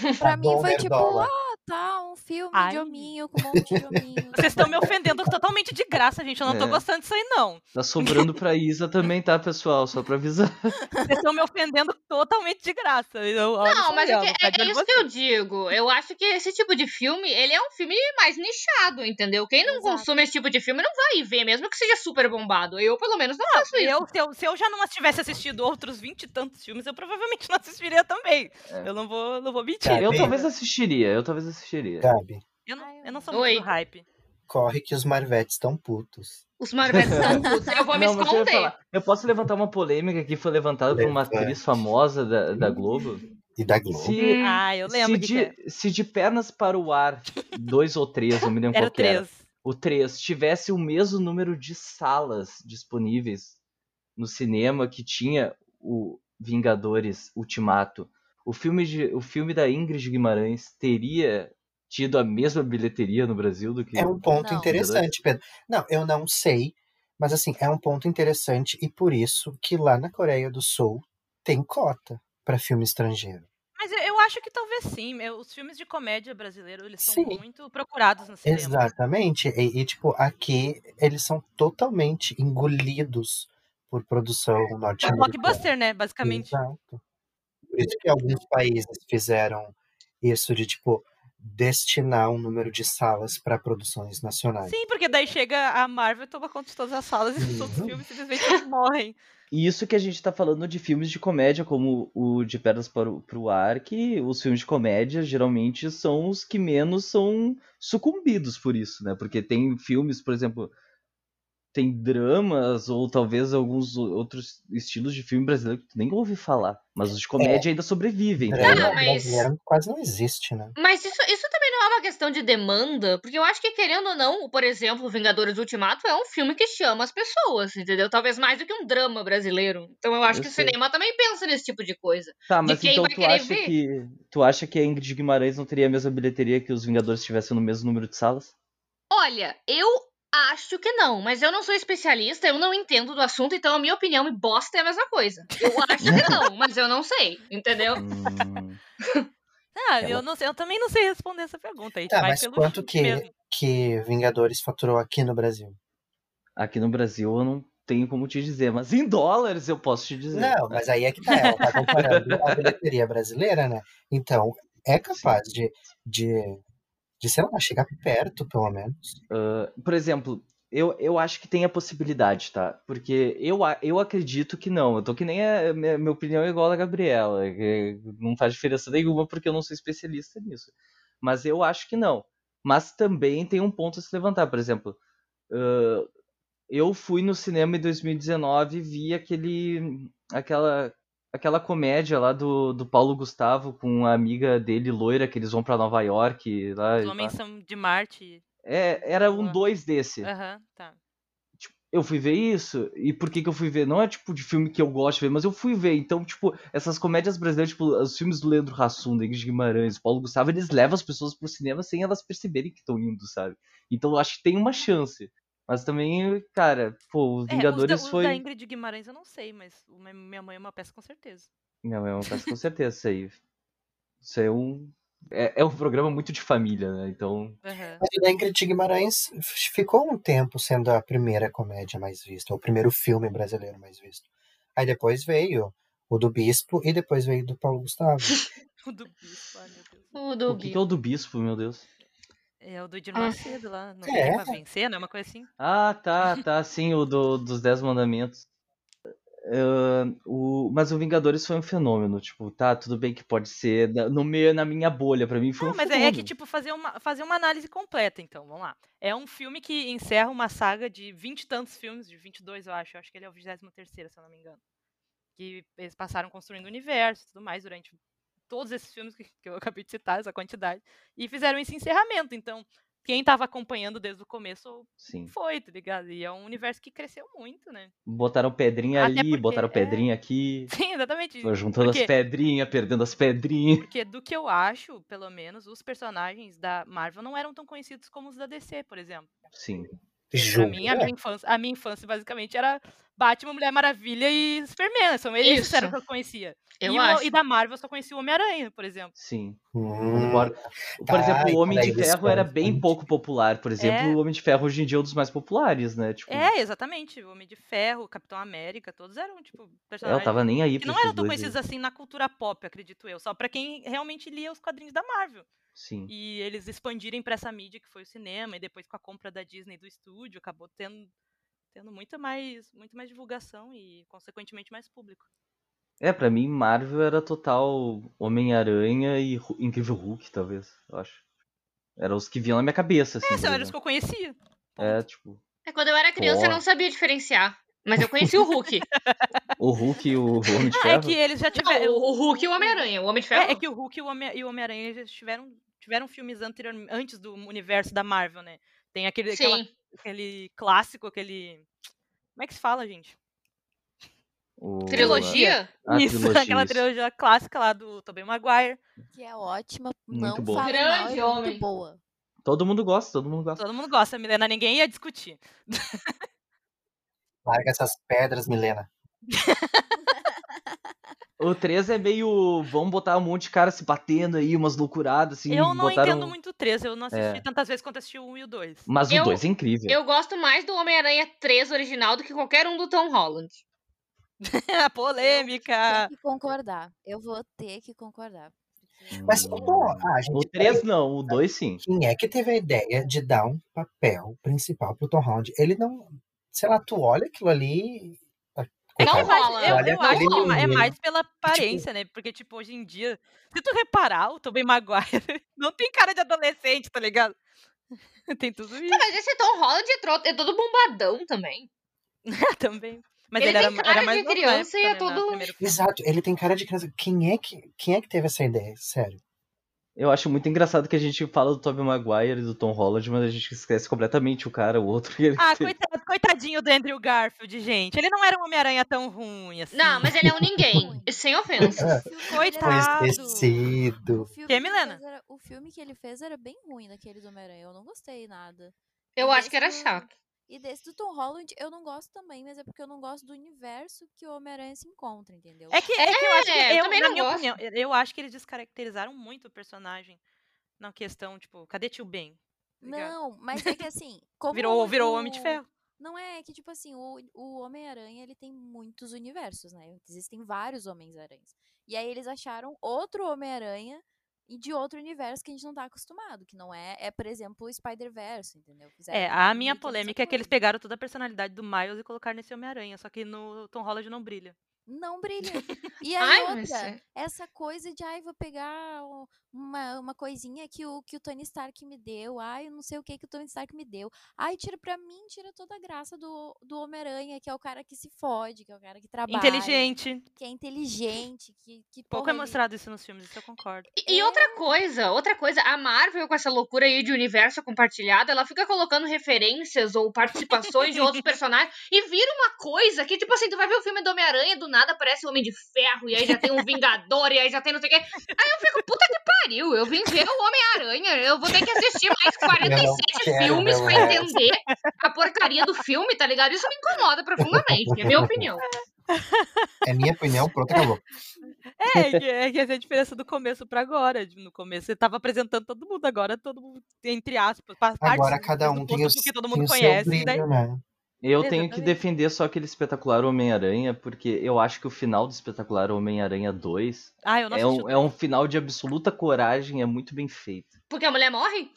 [SPEAKER 2] É.
[SPEAKER 5] Pra
[SPEAKER 6] Tá
[SPEAKER 5] mim
[SPEAKER 6] bom,
[SPEAKER 5] foi tipo,
[SPEAKER 6] nerdola.
[SPEAKER 5] ah, tá, um filme
[SPEAKER 3] Ai.
[SPEAKER 5] de hominho com um monte de hominho.
[SPEAKER 3] Vocês estão me ofendendo totalmente de graça, gente. Eu não tô
[SPEAKER 4] É.
[SPEAKER 3] gostando disso aí, não.
[SPEAKER 4] Tá sobrando pra Isa também, tá, pessoal? Só pra avisar.
[SPEAKER 3] Vocês estão me ofendendo totalmente de graça. Eu, olha,
[SPEAKER 2] Não,
[SPEAKER 3] só
[SPEAKER 2] mas é,
[SPEAKER 3] eu,
[SPEAKER 2] que
[SPEAKER 3] vou ficar tá de
[SPEAKER 2] é, é
[SPEAKER 3] olho em
[SPEAKER 2] isso que
[SPEAKER 3] vocês.
[SPEAKER 2] eu digo. Eu acho que esse tipo de filme, ele é um filme mais nichado, entendeu? Quem não
[SPEAKER 5] Exato.
[SPEAKER 2] consome esse tipo de filme não vai ver, mesmo que seja super bombado. Eu, pelo menos, não faço isso.
[SPEAKER 3] Eu- se, eu, se eu já não tivesse assistido outros 20 e tantos filmes, eu provavelmente não assistiria também.
[SPEAKER 4] É.
[SPEAKER 3] Eu não vou, não vou mentir.
[SPEAKER 6] Cara,
[SPEAKER 4] Eu
[SPEAKER 6] Tá bem- Tá.
[SPEAKER 4] talvez assistiria, eu talvez assistiria.
[SPEAKER 6] Gabi,
[SPEAKER 3] Eu não, eu não sou
[SPEAKER 2] Oi.
[SPEAKER 3] muito do hype.
[SPEAKER 6] corre que os Marvetes estão putos.
[SPEAKER 2] Os Marvetes são putos. Eu vou me
[SPEAKER 4] mas eu, ia
[SPEAKER 2] esconder.
[SPEAKER 4] falar, eu posso levantar uma polêmica que foi levantada por uma
[SPEAKER 6] Levante.
[SPEAKER 4] atriz famosa da, da Globo?
[SPEAKER 6] E da Globo.
[SPEAKER 4] Se,
[SPEAKER 2] Hum.
[SPEAKER 3] Ah, eu
[SPEAKER 4] se,
[SPEAKER 3] lembro que, que
[SPEAKER 4] de,
[SPEAKER 3] é.
[SPEAKER 4] se de pernas para o ar, dois ou três, não me lembro
[SPEAKER 3] era o
[SPEAKER 4] qual que um era,
[SPEAKER 3] 3.
[SPEAKER 4] o três tivesse o mesmo número de salas disponíveis no cinema que tinha o Vingadores Ultimato, o filme, de, o filme da Ingrid Guimarães teria tido a mesma bilheteria no Brasil do que
[SPEAKER 6] É um ponto
[SPEAKER 5] Não.
[SPEAKER 6] interessante, Pedro. Não, eu não sei, mas assim, é um ponto interessante e por isso que lá na Coreia do Sul tem cota para filme estrangeiro.
[SPEAKER 3] Mas eu, eu acho que talvez sim. Eu- os filmes de comédia brasileiro, eles são
[SPEAKER 6] Sim.
[SPEAKER 3] muito procurados no cinema.
[SPEAKER 6] Exatamente. E, e, tipo, aqui eles são totalmente engolidos por produção
[SPEAKER 3] É um
[SPEAKER 6] norte-americana.
[SPEAKER 3] blockbuster, né, basicamente.
[SPEAKER 6] Exato. Por isso que alguns países fizeram isso de tipo destinar um número de salas para produções nacionais.
[SPEAKER 3] Sim, porque daí chega a Marvel e toma conta de todas as salas e todos os
[SPEAKER 6] Uhum.
[SPEAKER 3] filmes simplesmente morrem.
[SPEAKER 4] E isso que a gente tá falando de filmes de comédia, como o De Pernas para o, pro Ar, que os filmes de comédia geralmente são os que menos são sucumbidos por isso, né? Porque tem filmes, por exemplo, tem dramas ou talvez alguns o- outros estilos de filme brasileiro que tu nem ouvi falar, mas os de comédia ainda sobrevivem, tá
[SPEAKER 6] Drama
[SPEAKER 3] Ah,
[SPEAKER 4] ligado?
[SPEAKER 2] É. Ah, mas-
[SPEAKER 6] brasileiro quase não existe, né?
[SPEAKER 2] Mas isso, isso também não é uma questão de demanda, porque eu acho que, querendo ou não, por exemplo, Vingadores Ultimato é um filme que chama as pessoas, entendeu? Talvez mais do que um drama brasileiro. Então eu acho
[SPEAKER 4] Eu
[SPEAKER 2] que
[SPEAKER 4] sei.
[SPEAKER 2] o cinema também pensa nesse tipo de coisa.
[SPEAKER 4] Tá,
[SPEAKER 2] De
[SPEAKER 4] mas
[SPEAKER 2] quem
[SPEAKER 4] então
[SPEAKER 2] vai
[SPEAKER 4] tu
[SPEAKER 2] querer
[SPEAKER 4] acha
[SPEAKER 2] ver?
[SPEAKER 4] que tu acha que a Ingrid Guimarães não teria a mesma bilheteria que os Vingadores tivessem no mesmo número de salas?
[SPEAKER 2] Olha, eu Acho que não, mas eu não sou especialista, eu não entendo do assunto, então a minha opinião e bosta é a mesma coisa. Eu acho que não, mas eu não sei, entendeu?
[SPEAKER 4] Hum,
[SPEAKER 3] Ah,
[SPEAKER 4] Ela-
[SPEAKER 3] eu não sei, eu também não sei responder essa pergunta. aí
[SPEAKER 6] Tá,
[SPEAKER 3] vai
[SPEAKER 6] mas
[SPEAKER 3] pelo
[SPEAKER 6] quanto
[SPEAKER 3] chute
[SPEAKER 6] que,
[SPEAKER 3] mesmo.
[SPEAKER 6] que Vingadores faturou aqui no Brasil?
[SPEAKER 4] aqui no Brasil eu não tenho como te dizer, mas em dólares eu posso te dizer.
[SPEAKER 6] Não, mas aí é que tá, ela tá comparando a bilheteria brasileira, né? Então, é capaz de, de, de, sei lá, chegar perto, pelo menos.
[SPEAKER 4] Ah, por exemplo, eu, eu acho que tem a possibilidade, tá? Porque eu, a- eu acredito que não. Eu tô que nem a, minha, minha opinião é igual a da Gabriela. que não faz diferença nenhuma porque eu não sou especialista nisso. Mas eu acho que não. Mas também tem um ponto a se levantar. Por exemplo, ah, eu fui no cinema em 2019 e vi aquele, aquela, aquela comédia lá do, do Paulo Gustavo com a amiga dele loira que eles vão pra Nova York. Lá,
[SPEAKER 3] Os homens são de Marte.
[SPEAKER 4] É, era um
[SPEAKER 3] Boa.
[SPEAKER 4] dois desse
[SPEAKER 3] Aham, tá.
[SPEAKER 4] eu fui ver isso, e por que que eu fui ver? Não é tipo de filme que eu gosto de ver, mas eu fui ver. Então, tipo, essas comédias brasileiras, tipo, os filmes do Leandro Hassum, Henrique de Guimarães, Paulo Gustavo, eles levam as pessoas pro cinema sem elas perceberem que estão indo, sabe? Então eu acho que tem uma chance. Mas também, cara, pô, os
[SPEAKER 3] É, os
[SPEAKER 4] Vingadores
[SPEAKER 3] da, os
[SPEAKER 4] foi.
[SPEAKER 3] da Ingrid Guimarães eu não sei, mas o Mi- Minha Mãe é uma peça com certeza.
[SPEAKER 4] Não, é uma peça com certeza isso aí. Isso aí é um. É, é um programa muito de família, né? Então.
[SPEAKER 3] Aham.
[SPEAKER 6] Mas o da Ingrid Guimarães f- ficou um tempo sendo a primeira comédia mais vista, o primeiro filme brasileiro mais visto. Aí depois veio o do Bispo e depois veio do Paulo Gustavo.
[SPEAKER 3] O do Bispo, ai meu Deus.
[SPEAKER 2] O do
[SPEAKER 4] O que, que é
[SPEAKER 2] Bill.
[SPEAKER 4] o do Bispo, meu Deus?
[SPEAKER 3] É o do Edir
[SPEAKER 2] Ah.
[SPEAKER 3] Macedo lá, não
[SPEAKER 6] É.
[SPEAKER 3] tem pra vencer, não é uma coisa assim?
[SPEAKER 4] Ah, tá, tá, sim, o do- dos Dez Mandamentos. Ahn, o, mas o Vingadores foi um fenômeno, tipo, tá, tudo bem que pode ser na- no meio, na minha bolha, pra mim foi
[SPEAKER 3] Não,
[SPEAKER 4] um
[SPEAKER 3] mas é, é
[SPEAKER 4] fenômeno.
[SPEAKER 3] que, tipo, fazer uma, fazer uma análise completa, então, vamos lá. É um filme que encerra uma saga de vinte e tantos filmes, de 22, eu acho. Eu acho que ele é o 23 terceiro, se eu não me engano. Que eles passaram construindo o universo e tudo mais durante todos esses filmes que, que eu acabei de citar, essa quantidade. E fizeram esse encerramento, então, quem tava acompanhando desde o começo
[SPEAKER 4] Sim.
[SPEAKER 3] foi, tá ligado? E é um universo que cresceu muito, né?
[SPEAKER 4] Botaram pedrinha
[SPEAKER 3] Até
[SPEAKER 4] ali,
[SPEAKER 3] porque-
[SPEAKER 4] botaram
[SPEAKER 3] é.
[SPEAKER 4] pedrinha aqui,
[SPEAKER 3] Sim, exatamente.
[SPEAKER 4] foi juntando as
[SPEAKER 3] Porque-
[SPEAKER 4] pedrinhas, perdendo as pedrinhas.
[SPEAKER 3] Porque do que eu acho, pelo menos, os personagens da Marvel não eram tão conhecidos como os da DC, por exemplo.
[SPEAKER 4] Sim.
[SPEAKER 3] Que Pra mim, é a minha infância, a minha infância basicamente era Batman, Mulher Maravilha e Superman. né, São eles
[SPEAKER 2] Isso.
[SPEAKER 3] eram que eu conhecia.
[SPEAKER 2] Eu
[SPEAKER 3] e, o-
[SPEAKER 2] acho.
[SPEAKER 3] e da Marvel eu só conhecia o Homem-Aranha, por exemplo.
[SPEAKER 4] Sim.
[SPEAKER 6] Hum,
[SPEAKER 4] Embora- Por
[SPEAKER 6] tá,
[SPEAKER 4] exemplo, o
[SPEAKER 6] então
[SPEAKER 4] Homem
[SPEAKER 6] daí
[SPEAKER 4] de
[SPEAKER 6] eles
[SPEAKER 4] Ferro era
[SPEAKER 6] foram
[SPEAKER 4] bem
[SPEAKER 6] frente.
[SPEAKER 4] pouco popular, por exemplo,
[SPEAKER 3] É.
[SPEAKER 4] o Homem de Ferro hoje em dia é um dos mais populares, né? Tipo,
[SPEAKER 3] É, exatamente. O Homem de Ferro, Capitão América, todos eram, tipo,
[SPEAKER 4] É, eu
[SPEAKER 3] personagens
[SPEAKER 4] tava nem aí
[SPEAKER 3] que
[SPEAKER 4] pra
[SPEAKER 3] não
[SPEAKER 4] esses
[SPEAKER 3] eram tão
[SPEAKER 4] dois.
[SPEAKER 3] conhecidos
[SPEAKER 4] aí.
[SPEAKER 3] assim na cultura pop, acredito eu. Só pra quem realmente lia os quadrinhos da Marvel.
[SPEAKER 4] Sim.
[SPEAKER 3] e eles expandirem pra essa mídia que foi o cinema e depois com a compra da Disney do estúdio acabou tendo tendo muito mais muito mais divulgação e consequentemente mais público.
[SPEAKER 4] É, pra mim, Marvel era total Homem-Aranha e Hu- Incrível Hulk, talvez, eu acho. Eram os que vinham na minha cabeça, assim,
[SPEAKER 3] É,
[SPEAKER 4] por
[SPEAKER 3] são os que
[SPEAKER 4] exemplo.
[SPEAKER 3] eu conhecia.
[SPEAKER 4] É,
[SPEAKER 3] Ponto.
[SPEAKER 4] tipo,
[SPEAKER 2] É, quando eu era criança eu
[SPEAKER 4] Thor.
[SPEAKER 2] não sabia diferenciar, mas eu conheci o Hulk.
[SPEAKER 4] o Hulk e o Homem de
[SPEAKER 3] Ah, é
[SPEAKER 4] Ferro.
[SPEAKER 3] que eles já
[SPEAKER 2] Não,
[SPEAKER 3] tiveram
[SPEAKER 2] o o Hulk e o Homem-Aranha, o Homem de Ferro.
[SPEAKER 3] é, é
[SPEAKER 2] não.
[SPEAKER 3] que o Hulk e o Homem- e o Homem-Aranha já tiveram tiveram filmes anterior antes do universo da Marvel, né? Tem aquele aquela-
[SPEAKER 2] Sim.
[SPEAKER 3] aquele clássico, aquele Como é que se fala, gente?
[SPEAKER 4] O-
[SPEAKER 3] É.
[SPEAKER 2] Trilogia?
[SPEAKER 4] A
[SPEAKER 3] Isso,
[SPEAKER 4] trilogia,
[SPEAKER 3] aquela
[SPEAKER 4] isso.
[SPEAKER 3] trilogia clássica lá do Tobey Maguire.
[SPEAKER 5] Que é ótima,
[SPEAKER 4] Muito
[SPEAKER 5] não
[SPEAKER 4] boa.
[SPEAKER 5] fala mal,
[SPEAKER 2] Grande
[SPEAKER 5] é
[SPEAKER 2] homem.
[SPEAKER 5] muito boa.
[SPEAKER 4] Todo mundo gosta, todo mundo gosta.
[SPEAKER 3] Todo mundo gosta, Milena, ninguém ia discutir.
[SPEAKER 6] Larga essas pedras, Milena.
[SPEAKER 4] O 3 é meio. Vamos botar um monte de cara se batendo aí, umas loucuradas, assim.
[SPEAKER 3] Eu não
[SPEAKER 4] botaram...
[SPEAKER 3] entendo muito o 3, eu não assisti
[SPEAKER 4] É.
[SPEAKER 3] tantas vezes quanto assisti o 1 e o 2.
[SPEAKER 4] Mas
[SPEAKER 2] Eu-
[SPEAKER 4] o 2 é incrível.
[SPEAKER 2] Eu gosto mais do Homem-Aranha 3 original do que qualquer um do Tom Holland.
[SPEAKER 3] Polêmica! Ah.
[SPEAKER 5] Tem que concordar. Eu vou ter que concordar.
[SPEAKER 4] Hum.
[SPEAKER 5] porque-
[SPEAKER 6] Mas, pô, ah, gente,
[SPEAKER 4] O 3 não, o 2 sim.
[SPEAKER 6] quem é que teve a ideia de dar um papel principal pro Tom Holland? Ele não. Sei lá, tu olha aquilo ali. a-
[SPEAKER 2] Não
[SPEAKER 6] coitado,
[SPEAKER 3] Mas
[SPEAKER 2] rola.
[SPEAKER 3] É eu,
[SPEAKER 6] Olha
[SPEAKER 3] eu acho que
[SPEAKER 6] aquele
[SPEAKER 3] ma- é
[SPEAKER 6] menino.
[SPEAKER 3] mais pela aparência, né? Porque, tipo, hoje em dia, se tu reparar, o Tobey Maguire não tem cara de adolescente, tá ligado? Tem tudo isso
[SPEAKER 2] Mas esse Tom Holland é, tro- é todo bombadão também.
[SPEAKER 3] também. Mas
[SPEAKER 2] Ele
[SPEAKER 3] ele, era,
[SPEAKER 2] tem
[SPEAKER 3] ma-
[SPEAKER 2] cara
[SPEAKER 3] era mais
[SPEAKER 2] de
[SPEAKER 3] novo na
[SPEAKER 2] criança e
[SPEAKER 3] época,
[SPEAKER 2] é
[SPEAKER 3] né, na
[SPEAKER 2] todo-
[SPEAKER 3] primeira-
[SPEAKER 6] Exato, ele tem cara de criança. Quem é que, quem é que teve essa ideia? Sério.
[SPEAKER 4] Eu acho muito engraçado que a gente fala do Tobey Maguire e do Tom Holland, mas a gente esquece completamente o cara, o outro que ele
[SPEAKER 3] Ah,
[SPEAKER 4] teve.
[SPEAKER 3] coitado, coitadinho do Andrew Garfield, gente. Ele não era um Homem-Aranha tão ruim, assim.
[SPEAKER 2] Não, mas ele é um ninguém.
[SPEAKER 5] Ruim.
[SPEAKER 2] Sem ofensa.
[SPEAKER 5] O filme dele era-
[SPEAKER 3] Coitado.
[SPEAKER 5] O
[SPEAKER 6] Esquecido.
[SPEAKER 5] filme
[SPEAKER 3] Que é,
[SPEAKER 5] ele
[SPEAKER 3] Milena?
[SPEAKER 5] fez era- o filme que ele fez era bem ruim daquele do Homem-Aranha. Eu não gostei nada.
[SPEAKER 2] Eu acho que era
[SPEAKER 5] Desse-
[SPEAKER 2] chato.
[SPEAKER 5] E desse do Tom Holland eu não gosto também, mas é porque eu não gosto do universo que o Homem-Aranha se encontra, entendeu?
[SPEAKER 3] É que, é que eu acho que,
[SPEAKER 2] É, eu
[SPEAKER 3] eu,
[SPEAKER 2] também
[SPEAKER 3] na
[SPEAKER 2] não
[SPEAKER 3] minha
[SPEAKER 2] gosto.
[SPEAKER 3] opinião, eu acho que eles descaracterizaram muito o personagem na questão, tipo, cadê tio Ben? Tá ligado?
[SPEAKER 5] Não, mas é que assim. Como
[SPEAKER 3] Virou, virou o Homem de
[SPEAKER 5] o-
[SPEAKER 3] Ferro.
[SPEAKER 5] Não é, é que tipo assim, o, o Homem-Aranha ele tem muitos universos, né? Existem vários Homens-Aranhas. E aí eles acharam outro Homem-Aranha e de outro universo que a gente não tá acostumado, que não é, é por exemplo, o Spider-Verse, entendeu? Fizeram um
[SPEAKER 3] É,
[SPEAKER 5] com
[SPEAKER 3] a minha
[SPEAKER 5] o Mickey, essa
[SPEAKER 3] polêmica é que eles
[SPEAKER 5] coisa.
[SPEAKER 3] pegaram toda a personalidade do Miles e colocaram nesse Homem-Aranha, só que no Tom Holland não brilha.
[SPEAKER 5] Não brilha. E aí
[SPEAKER 2] Ai,
[SPEAKER 5] outra,
[SPEAKER 2] mas é-
[SPEAKER 5] essa coisa de, ai, vou pegar o- uma, uma coisinha que o, que o Tony Stark me deu, ai, eu não sei o que que o Tony Stark me deu. Ai, tira pra mim, tira toda a graça do, do Homem-Aranha, que é o cara que se fode, que é o cara que trabalha.
[SPEAKER 3] Inteligente.
[SPEAKER 5] Que é inteligente, que, que
[SPEAKER 3] Pouco é
[SPEAKER 5] porra, ele-
[SPEAKER 3] mostrado isso nos filmes, isso eu concordo.
[SPEAKER 2] E, e
[SPEAKER 6] É.
[SPEAKER 2] outra coisa, outra coisa, a Marvel com essa loucura aí de universo compartilhado, ela fica colocando referências ou participações de outros personagens e vira uma coisa que, tipo assim, tu vai ver o filme do Homem-Aranha, do nada aparece o Homem de Ferro, e aí já tem um Vingador, e aí já tem não sei o quê. Aí eu fico, puta que pariu, eu vim ver o Homem-Aranha, eu vou ter que assistir mais
[SPEAKER 6] Eu não
[SPEAKER 2] 47
[SPEAKER 6] quero
[SPEAKER 2] filmes
[SPEAKER 6] ver o
[SPEAKER 2] pra
[SPEAKER 6] resto.
[SPEAKER 2] entender a porcaria do filme, tá ligado? Isso me incomoda profundamente, é minha opinião.
[SPEAKER 6] É minha opinião, pronto, acabou.
[SPEAKER 3] É, que- é que essa é a diferença do começo pra agora. de- No começo você tava apresentando todo mundo, agora todo mundo, entre aspas, pa-
[SPEAKER 6] Agora
[SPEAKER 3] partes
[SPEAKER 6] cada
[SPEAKER 3] do
[SPEAKER 6] um tem,
[SPEAKER 3] público
[SPEAKER 6] os,
[SPEAKER 3] que todo
[SPEAKER 6] tem
[SPEAKER 3] mundo
[SPEAKER 6] o seu
[SPEAKER 3] conhece, e daí
[SPEAKER 6] brilho, né?
[SPEAKER 4] Eu tenho que
[SPEAKER 3] Exatamente.
[SPEAKER 4] defender só aquele espetacular Homem-Aranha, porque eu acho que o final do espetacular Homem-Aranha 2
[SPEAKER 3] Ah, eu não
[SPEAKER 4] é
[SPEAKER 3] assisti.
[SPEAKER 4] um, é um final de absoluta coragem, é muito bem feito.
[SPEAKER 2] Porque a mulher morre?